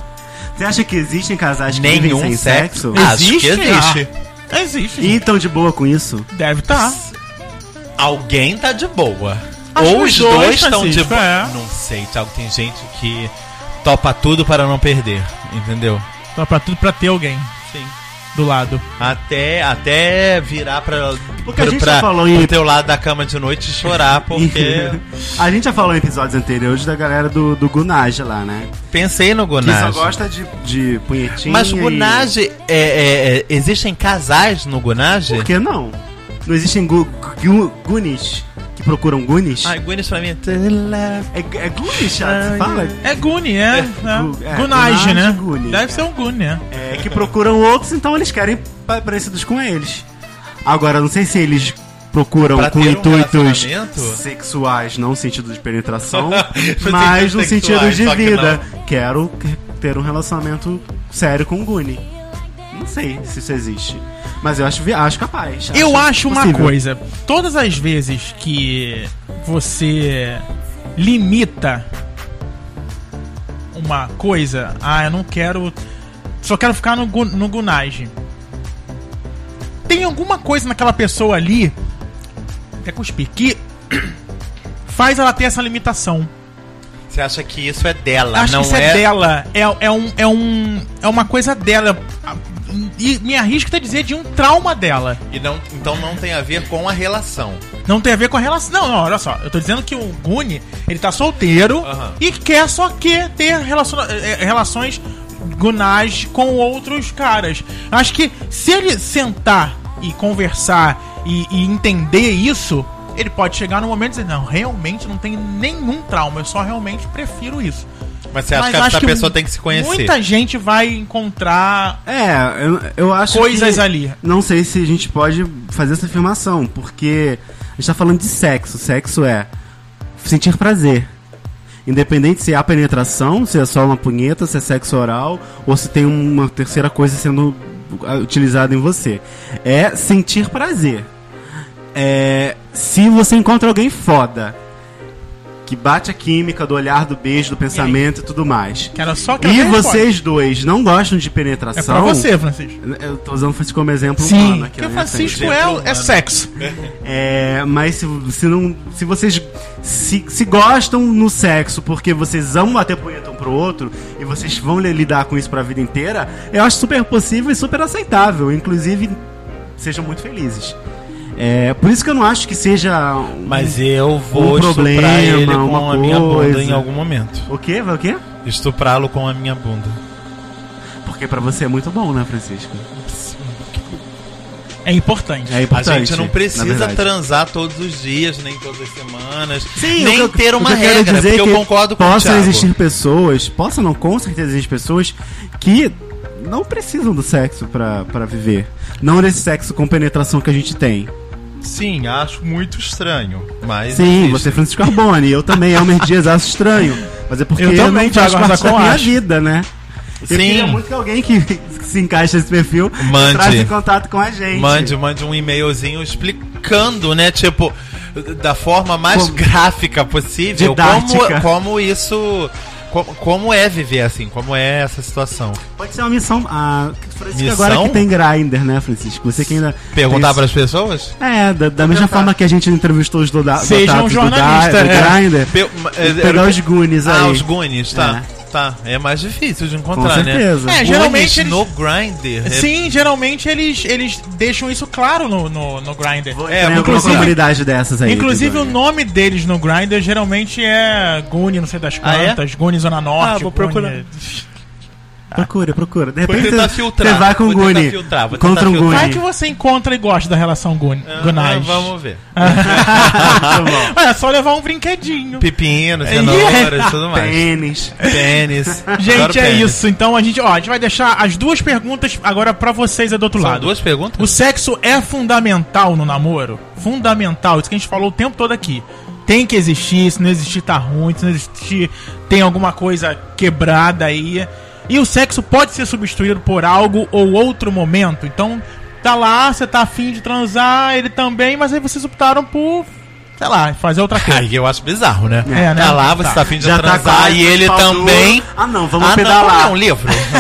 Speaker 3: Você acha que existem casais que vivem sem
Speaker 2: Nenhum
Speaker 3: sexo? Ah.
Speaker 2: sexo. Acho que
Speaker 1: Existe?
Speaker 2: existe.
Speaker 1: Ah, existe.
Speaker 3: E tão de boa com isso?
Speaker 1: Deve tá. estar.
Speaker 2: Alguém tá de boa.
Speaker 1: Acho
Speaker 2: Ou
Speaker 1: que
Speaker 2: os
Speaker 1: os dois,
Speaker 3: tá
Speaker 2: dois estão de
Speaker 1: Francisco,
Speaker 2: boa.
Speaker 1: é.
Speaker 2: Não sei, Thiago. Tem gente que topa tudo para não perder. Entendeu?
Speaker 1: Tá pra tudo pra ter alguém
Speaker 2: Sim.
Speaker 1: do lado.
Speaker 2: Até, até virar pra,
Speaker 3: Porque a
Speaker 2: pra-
Speaker 3: gente já
Speaker 2: pra-
Speaker 3: falou
Speaker 2: pro
Speaker 3: em-
Speaker 2: teu lado da cama de noite e chorar, porque
Speaker 3: a gente já falou em episódios anteriores da galera do, do Gunage lá, né?
Speaker 2: pensei no
Speaker 3: Que só
Speaker 2: Gunage.
Speaker 3: gosta de, de punhetinha.
Speaker 2: Mas
Speaker 3: e-
Speaker 2: Gunage, é, é, é, existem casais no Gunage?
Speaker 3: Por que não? Não existem gu, gu- Goonies que procuram Gunis?
Speaker 2: Ai, Guinness pra mim é... The Left
Speaker 3: É, é Goonies, chato, você fala?
Speaker 1: É Guni, é. é.
Speaker 3: é,
Speaker 1: Gunage,
Speaker 3: Gunage,
Speaker 1: né?
Speaker 3: Guni,
Speaker 1: Deve
Speaker 3: é.
Speaker 1: ser um Guni, né?
Speaker 3: É, que procuram outros, então eles querem pa- parecidos com eles. Agora, não sei se eles procuram
Speaker 2: Pra
Speaker 3: com
Speaker 2: ter um
Speaker 3: intuitos
Speaker 2: relacionamento?
Speaker 3: sexuais, não no sentido de penetração,
Speaker 2: No
Speaker 3: mas no
Speaker 2: sentido
Speaker 3: sentido
Speaker 2: sexuais,
Speaker 3: de
Speaker 2: só que
Speaker 3: vida. Quero ter um relacionamento sério com o Guni. Não sei se isso existe. Mas eu acho, vi- acho capaz.
Speaker 1: Eu acho uma
Speaker 3: possível.
Speaker 1: coisa: todas as vezes que você limita uma coisa, ah, eu não quero. Só quero ficar no, gu- no Gunage. Tem alguma coisa naquela pessoa ali, até cuspir, que faz ela ter essa limitação.
Speaker 2: Você acha que isso é dela,
Speaker 1: Acho
Speaker 2: não
Speaker 1: que isso é, dela. É, é, um, é, um, é uma coisa dela. E me arrisco até dizer de um trauma dela.
Speaker 2: E não, então não tem a ver com a relação.
Speaker 1: Não tem a ver com a relação. Não, não, olha só. Eu tô dizendo que o Guni, ele tá solteiro
Speaker 2: Aham.
Speaker 1: e quer só que ter relaciona- eh, eh, relações gunais com outros caras. Acho que se ele sentar e conversar e, e entender isso, ele pode chegar no momento e dizer, não, realmente não tem nenhum trauma, eu só realmente prefiro isso.
Speaker 2: Mas você acha
Speaker 1: Mas
Speaker 2: que
Speaker 1: acho
Speaker 2: essa
Speaker 1: que
Speaker 2: pessoa
Speaker 1: mu-
Speaker 2: tem que se conhecer?
Speaker 1: Muita gente vai encontrar
Speaker 3: É, eu, eu acho
Speaker 1: coisas
Speaker 3: que-
Speaker 1: ali.
Speaker 3: Não sei se a gente pode fazer essa afirmação, porque a gente tá falando de sexo. Sexo é sentir prazer. Independente se há penetração, se é só uma punheta, se é sexo oral, ou se tem uma terceira coisa sendo ah, utilizada em você. É sentir prazer. É, se você encontra alguém foda, que bate a química do olhar, do beijo, do pensamento e tudo mais.
Speaker 1: Que era só que
Speaker 3: E
Speaker 1: ela responde.
Speaker 3: vocês dois não gostam de
Speaker 1: É pra
Speaker 3: penetração?
Speaker 1: você, Francisco.
Speaker 3: Eu tô usando o Francisco como exemplo humano
Speaker 1: Sim,
Speaker 3: aqui
Speaker 1: porque
Speaker 3: na minha
Speaker 1: Francisco
Speaker 3: frente.
Speaker 1: é, o- é
Speaker 2: Humano.
Speaker 1: sexo.
Speaker 3: É, mas se, se não. Se vocês se, se gostam no sexo porque vocês amam bater punheta um pro outro e vocês vão li- lidar com isso pra vida inteira, eu acho super possível e super aceitável. Inclusive, sejam muito felizes. É, por isso que eu não acho que seja. um-
Speaker 4: Mas eu vou
Speaker 3: Um problema,
Speaker 4: estuprar ele com
Speaker 3: uma
Speaker 4: a minha bunda
Speaker 3: coisa.
Speaker 4: em algum momento.
Speaker 3: O quê? Vai O quê?
Speaker 4: Estuprá-lo com a minha bunda.
Speaker 3: Porque pra você é muito bom, né, Francisco?
Speaker 1: É importante.
Speaker 3: É
Speaker 2: A
Speaker 3: importante.
Speaker 2: gente não
Speaker 3: na
Speaker 2: precisa
Speaker 3: verdade.
Speaker 2: transar todos os dias, nem todas as semanas,
Speaker 3: Sim,
Speaker 2: nem
Speaker 3: o que eu-
Speaker 2: ter
Speaker 3: o
Speaker 2: uma
Speaker 3: que eu quero
Speaker 2: regra,
Speaker 3: dizer é
Speaker 2: porque eu
Speaker 3: que
Speaker 2: concordo com o
Speaker 3: Possam
Speaker 2: Thiago.
Speaker 3: existir pessoas, possam não, com certeza existem pessoas que não precisam do sexo pra, pra viver. Não desse sexo com penetração que a gente tem.
Speaker 2: Sim, acho muito estranho, mas
Speaker 3: Sim,
Speaker 2: existe.
Speaker 3: você é Francisco Carbone, eu também, Elmer Dias, acho estranho. Mas é porque
Speaker 1: Eu também,
Speaker 3: não faz
Speaker 1: Thiago
Speaker 3: parte da
Speaker 1: Arzacon,
Speaker 3: minha
Speaker 1: acho.
Speaker 3: vida, né? Eu
Speaker 2: Sim.
Speaker 3: queria muito que alguém que se encaixa nesse perfil
Speaker 2: Mande.
Speaker 3: traz em contato com a gente.
Speaker 2: mande, mande um e-mailzinho explicando, né, tipo da forma mais
Speaker 3: Como-
Speaker 2: gráfica possível,
Speaker 3: Didática.
Speaker 2: como como isso co- como, é viver assim, como é essa situação.
Speaker 3: Pode ser uma missão. Ah, Francisco,
Speaker 2: Missão?
Speaker 3: agora que tem Grindr, né, Francisco? Você que ainda.
Speaker 2: Perguntar
Speaker 3: tem-
Speaker 2: pras pessoas?
Speaker 3: É, da, da mesma forma que a gente entrevistou os doda
Speaker 1: Seja um
Speaker 3: dotados do
Speaker 1: jornalista,
Speaker 3: Di- do
Speaker 1: é.
Speaker 3: Grindr,
Speaker 2: Pe- eh,
Speaker 3: pegar os Goonies aí.
Speaker 2: Ah, os Goonies, tá. Tá, é mais difícil de
Speaker 3: Com
Speaker 2: encontrar, né?
Speaker 3: certeza.
Speaker 1: É,
Speaker 2: Goonies
Speaker 1: geralmente eles-
Speaker 2: no Grindr. é-
Speaker 1: Sim, geralmente eles, eles deixam isso claro no, no, no Grindr.
Speaker 3: É,
Speaker 2: É,
Speaker 3: uma
Speaker 1: inclusive-
Speaker 3: comunidade dessas aí.
Speaker 1: Inclusive, o
Speaker 3: entendeu?
Speaker 1: nome deles no Grindr geralmente é Guni, não sei das
Speaker 2: Ah, é?
Speaker 1: quantas, Guni Zona Norte.
Speaker 4: Ah, vou
Speaker 1: Guni-
Speaker 4: procurar.
Speaker 3: Procura, procura. De
Speaker 2: Vou
Speaker 3: repente
Speaker 2: tentar
Speaker 3: você-
Speaker 2: filtrar,
Speaker 3: você vai com o
Speaker 2: vou tentar
Speaker 3: Goonie.
Speaker 2: filtrar, vou tentar
Speaker 3: Contra um
Speaker 1: Vai que
Speaker 3: Goonie.
Speaker 1: você encontra e gosta da relação Guni.
Speaker 2: Ah,
Speaker 1: Gunais.
Speaker 2: Vamos ver.
Speaker 3: Muito Tá bom.
Speaker 1: É só levar um brinquedinho.
Speaker 2: Pepino, cenouras e tudo mais. É,
Speaker 3: Tênis.
Speaker 2: Tênis.
Speaker 1: Gente,
Speaker 2: Adoro
Speaker 1: é
Speaker 2: pênis.
Speaker 1: isso. Então a gente, ó, a gente vai deixar as duas perguntas agora pra vocês aí do outro
Speaker 2: São
Speaker 1: lado.
Speaker 2: duas
Speaker 1: O
Speaker 2: perguntas?
Speaker 1: sexo é fundamental no namoro? Fundamental, isso que a gente falou o tempo todo aqui. Tem que existir, se não existir tá ruim, se não existir tem alguma coisa quebrada aí. E o sexo pode ser substituído por algo ou outro momento. Então, tá lá, você tá afim de transar, ele também, mas aí vocês optaram por, sei lá, fazer outra coisa.
Speaker 2: Aí eu acho bizarro, né?
Speaker 1: É, né?
Speaker 2: Tá lá, você
Speaker 1: Tá.
Speaker 2: tá, afim de
Speaker 3: Já tá
Speaker 2: transar
Speaker 3: quase
Speaker 2: e ele
Speaker 3: pau duro.
Speaker 2: também.
Speaker 3: Ah, não, vamos
Speaker 2: não,
Speaker 3: pedalar.
Speaker 2: vamos ler um livro, na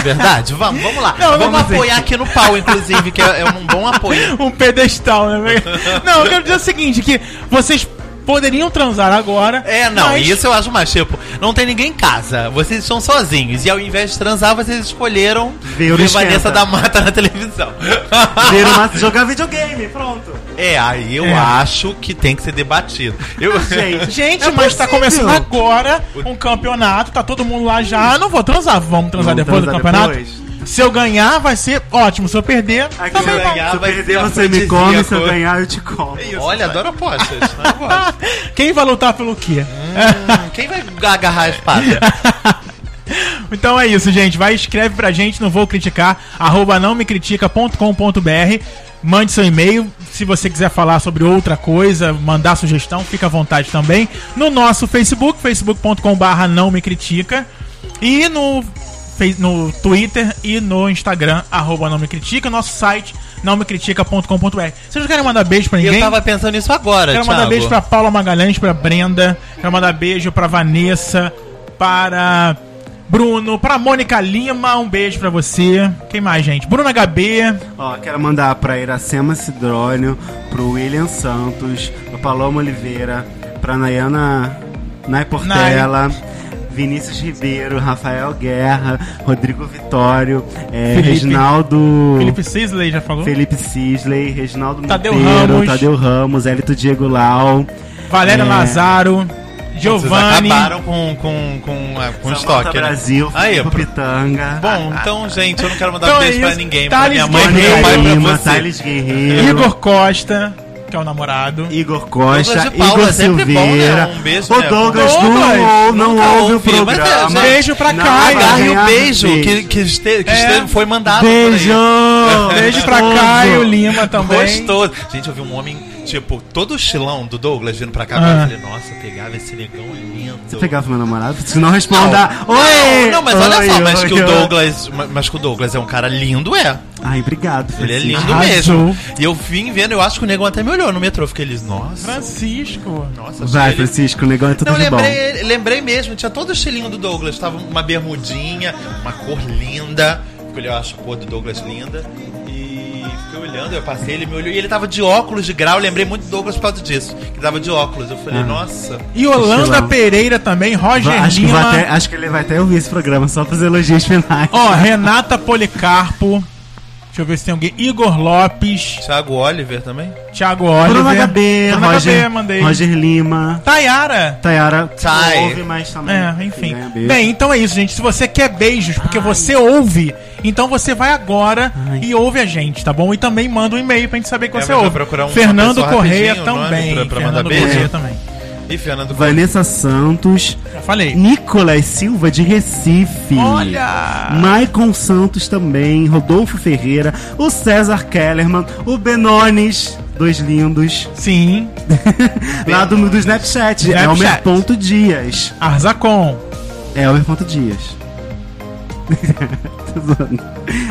Speaker 2: verdade. Vamos, vamos lá.
Speaker 1: Não,
Speaker 2: vamos
Speaker 1: vamos
Speaker 2: apoiar aqui no pau, inclusive, que é, é um bom apoio.
Speaker 1: um pedestal, né? Não, eu quero dizer o seguinte, que vocês poderiam transar agora.
Speaker 2: É, não,
Speaker 1: mas-
Speaker 2: isso eu acho mais tipo, não tem ninguém em casa, vocês estão sozinhos. E ao invés de transar, vocês escolheram
Speaker 3: Ver o esquenta.
Speaker 2: Vanessa da Mata na televisão.
Speaker 3: Ver uma- Jogar videogame, pronto.
Speaker 2: É, aí eu
Speaker 1: É.
Speaker 2: acho que tem que ser debatido. Eu,
Speaker 3: Gente.
Speaker 1: Gente,
Speaker 3: É
Speaker 1: mas tá
Speaker 3: possível.
Speaker 1: começando agora um campeonato, tá todo mundo lá já. Não vou transar, vamos transar
Speaker 3: Vamos
Speaker 1: depois do
Speaker 3: transar
Speaker 1: campeonato.
Speaker 3: depois?
Speaker 1: Se eu ganhar, vai ser ótimo. Se eu perder,
Speaker 3: Aqui,
Speaker 1: também
Speaker 2: se eu
Speaker 1: vamos.
Speaker 2: ganhar,
Speaker 3: se eu
Speaker 2: vai ser
Speaker 3: perder, você me come, se eu
Speaker 2: afrodisíaco.
Speaker 3: ganhar, eu te como.
Speaker 2: Olha, adoro apostas. Eu gosto.
Speaker 1: Quem vai lutar pelo quê?
Speaker 2: Hum, Quem vai agarrar a espada?
Speaker 1: Então é isso, gente. Vai, escreve pra gente, não vou criticar, arroba não me critica.com.br. Mande seu e-mail. Se você quiser falar sobre outra coisa, mandar sugestão, fica à vontade também. No nosso Facebook, facebook.com.br não me critica. E no Face- no Twitter e no Instagram, arroba não me critica, nosso site nãomecritica.com.br. Vocês não querem mandar beijo pra ninguém?
Speaker 2: Eu tava pensando nisso agora,
Speaker 1: Quero mandar
Speaker 2: Thiago.
Speaker 1: beijo pra Paula Magalhães, pra Brenda. Quero mandar beijo pra Vanessa, para Bruno, pra Mônica Lima. Um beijo pra você. Quem mais, gente? é Bruna HB.
Speaker 3: Ó, quero mandar pra Iracema Cidrônio, pro William Santos, pra Paloma Oliveira, pra Nayana Nay Portela, Vinícius Ribeiro, Rafael Guerra, Rodrigo Vitório, é,
Speaker 1: Felipe.
Speaker 3: Reginaldo.
Speaker 1: Felipe Sisley já falou.
Speaker 3: Felipe Sisley, Reginaldo
Speaker 1: Tadeu
Speaker 3: Monteiro,
Speaker 1: Ramos.
Speaker 3: Tadeu Ramos, Hélito Diego Lau,
Speaker 1: Valéria
Speaker 3: É.
Speaker 1: Lazaro.
Speaker 2: Vocês
Speaker 1: Giovanni.
Speaker 2: acabaram com, com, com, a- com o
Speaker 3: Samantha
Speaker 2: estoque, né?
Speaker 3: Brasil,
Speaker 2: Aí,
Speaker 3: Filipe
Speaker 2: pro-
Speaker 3: Pitanga,
Speaker 2: Bom, então, gente, eu não quero mandar
Speaker 1: Então é
Speaker 2: beijo pra
Speaker 1: isso.
Speaker 2: ninguém. Pra
Speaker 1: Thales
Speaker 2: minha mãe,
Speaker 3: Mônica
Speaker 2: meu pai, pra
Speaker 3: Lima,
Speaker 2: você.
Speaker 3: Thales Guerreiro,
Speaker 1: Igor Costa, que é o namorado.
Speaker 3: Igor
Speaker 2: Douglas
Speaker 3: Costa,
Speaker 2: de Paula,
Speaker 3: Igor
Speaker 2: é sempre bom, né?
Speaker 3: Silveira.
Speaker 2: Um beijo,
Speaker 3: o
Speaker 2: né?
Speaker 3: Douglas,
Speaker 1: Douglas,
Speaker 3: não, ou- não
Speaker 2: nunca
Speaker 3: ouve o
Speaker 2: ouvi, mas é,
Speaker 3: programa.
Speaker 2: gente,
Speaker 1: beijo pra
Speaker 3: Não,
Speaker 1: Caio.
Speaker 3: vai
Speaker 2: Agarre o
Speaker 3: ganhar
Speaker 2: beijo que,
Speaker 3: beijo.
Speaker 2: que, este, que
Speaker 1: É.
Speaker 2: esteve- foi mandado por aí.
Speaker 3: Beijo! Ah,
Speaker 1: Beijo pra Caio Lima também.
Speaker 2: Gostoso. Gente, eu vi um homem, tipo, todo o estilão do Douglas vindo pra cá.
Speaker 1: Ah.
Speaker 2: Eu falei, nossa, pegava esse negão é lindo.
Speaker 3: Você pegava meu namorado? Se não responda.
Speaker 2: Não,
Speaker 3: Oi!
Speaker 2: Não, mas olha
Speaker 3: Oi,
Speaker 2: só, mas
Speaker 3: oi,
Speaker 2: que
Speaker 3: oi.
Speaker 2: o Douglas. ma- Mas que o Douglas é um cara lindo, é.
Speaker 3: Ai, obrigado.
Speaker 2: Ele é
Speaker 3: Francisco.
Speaker 2: lindo
Speaker 1: Arrasou.
Speaker 2: mesmo. E eu vim vendo, eu acho que o negão até me olhou no metrô. eu Fiquei eles, nossa.
Speaker 1: Francisco.
Speaker 2: Nossa, acho
Speaker 3: Vai,
Speaker 2: que ele-
Speaker 3: Francisco, o negão é tudo
Speaker 2: Não,
Speaker 3: de bom.
Speaker 2: lembrei, lembrei mesmo, tinha todo o estilinho do Douglas. Tava uma bermudinha, uma cor linda. porque Eu acho a cor do Douglas linda. E fiquei olhando, eu passei, ele me olhou e ele tava de óculos de grau. Eu lembrei muito do Douglas por causa disso. Que tava de óculos. Eu
Speaker 3: Ah.
Speaker 2: falei, nossa.
Speaker 1: E Holanda
Speaker 3: Estilão.
Speaker 1: Pereira também, Roger
Speaker 3: Vai, Acho que,
Speaker 1: Lima.
Speaker 3: vai até- acho que ele vai até ouvir esse programa só pros elogios finais.
Speaker 1: Ó, Renata Policarpo. Deixa eu ver se tem alguém. Igor Lopes,
Speaker 2: Thiago Oliver também?
Speaker 1: Thiago Oliver.
Speaker 3: Bruno HB,
Speaker 1: Bruno
Speaker 3: Roger,
Speaker 1: HB, mandei.
Speaker 3: Roger Lima,
Speaker 1: Tayara.
Speaker 3: Tayara.
Speaker 2: Thay.
Speaker 3: não Ouve mais também.
Speaker 1: É, enfim.
Speaker 3: Ganha beijo.
Speaker 1: Bem, então é isso, gente. Se você quer beijos, porque você ouve, então você vai agora
Speaker 3: Ai.
Speaker 1: e ouve a gente, tá bom? E também manda um e-mail pra gente saber que
Speaker 2: É,
Speaker 1: você
Speaker 2: mas eu
Speaker 1: ouve.
Speaker 2: procurar uma
Speaker 1: Fernando
Speaker 2: pessoa
Speaker 1: Correia
Speaker 2: rapidinho, o nome
Speaker 1: também.
Speaker 2: pra- pra
Speaker 1: Fernando
Speaker 2: mandar beijo.
Speaker 1: Correia também.
Speaker 2: E Fernando
Speaker 3: Vanessa Santos,
Speaker 1: Já
Speaker 3: Hum.
Speaker 1: falei.
Speaker 3: Nicolas Silva de Recife.
Speaker 1: Olha!
Speaker 3: Maicon Santos também, Rodolfo Ferreira, o César Kellerman, o Benones, dois lindos,
Speaker 1: Sim,
Speaker 3: lá do, do Snapchat,
Speaker 1: Snapchat.
Speaker 3: Elmer Ponto Dias.
Speaker 1: Arzacon.
Speaker 3: Elmer Ponto Dias. Tô zoando.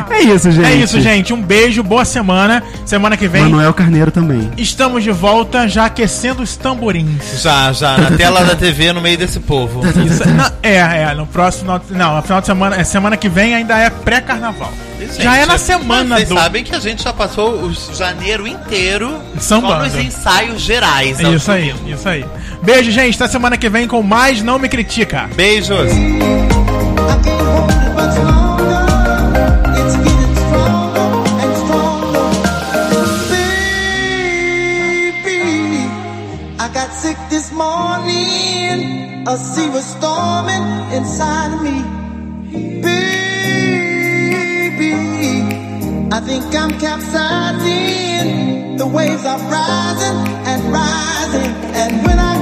Speaker 3: é isso, gente.
Speaker 1: É isso, gente. Um beijo, boa semana. Semana que vem
Speaker 3: Manuel Carneiro também.
Speaker 1: estamos de volta, já aquecendo os tamborins.
Speaker 2: Já, já, na tela da TV, no meio desse povo.
Speaker 3: Tá
Speaker 1: Isso, não, é, é, no próximo. Não, no final de semana. É semana que vem ainda é pré-carnaval.
Speaker 2: Gente,
Speaker 1: Já é na semana
Speaker 2: Vocês
Speaker 1: do.
Speaker 2: sabem que a gente já passou o janeiro inteiro
Speaker 1: Sambando.
Speaker 2: só nos ensaios gerais.
Speaker 1: É isso aí, isso aí. Beijo, gente. Até semana que vem com mais Não Me Critica.
Speaker 2: Beijos.
Speaker 5: I can't hold it much longer. It's getting stronger and stronger. Baby, I got sick this morning. A sea was storming inside of me. Baby, I think I'm capsizing. The waves are rising and rising. And when I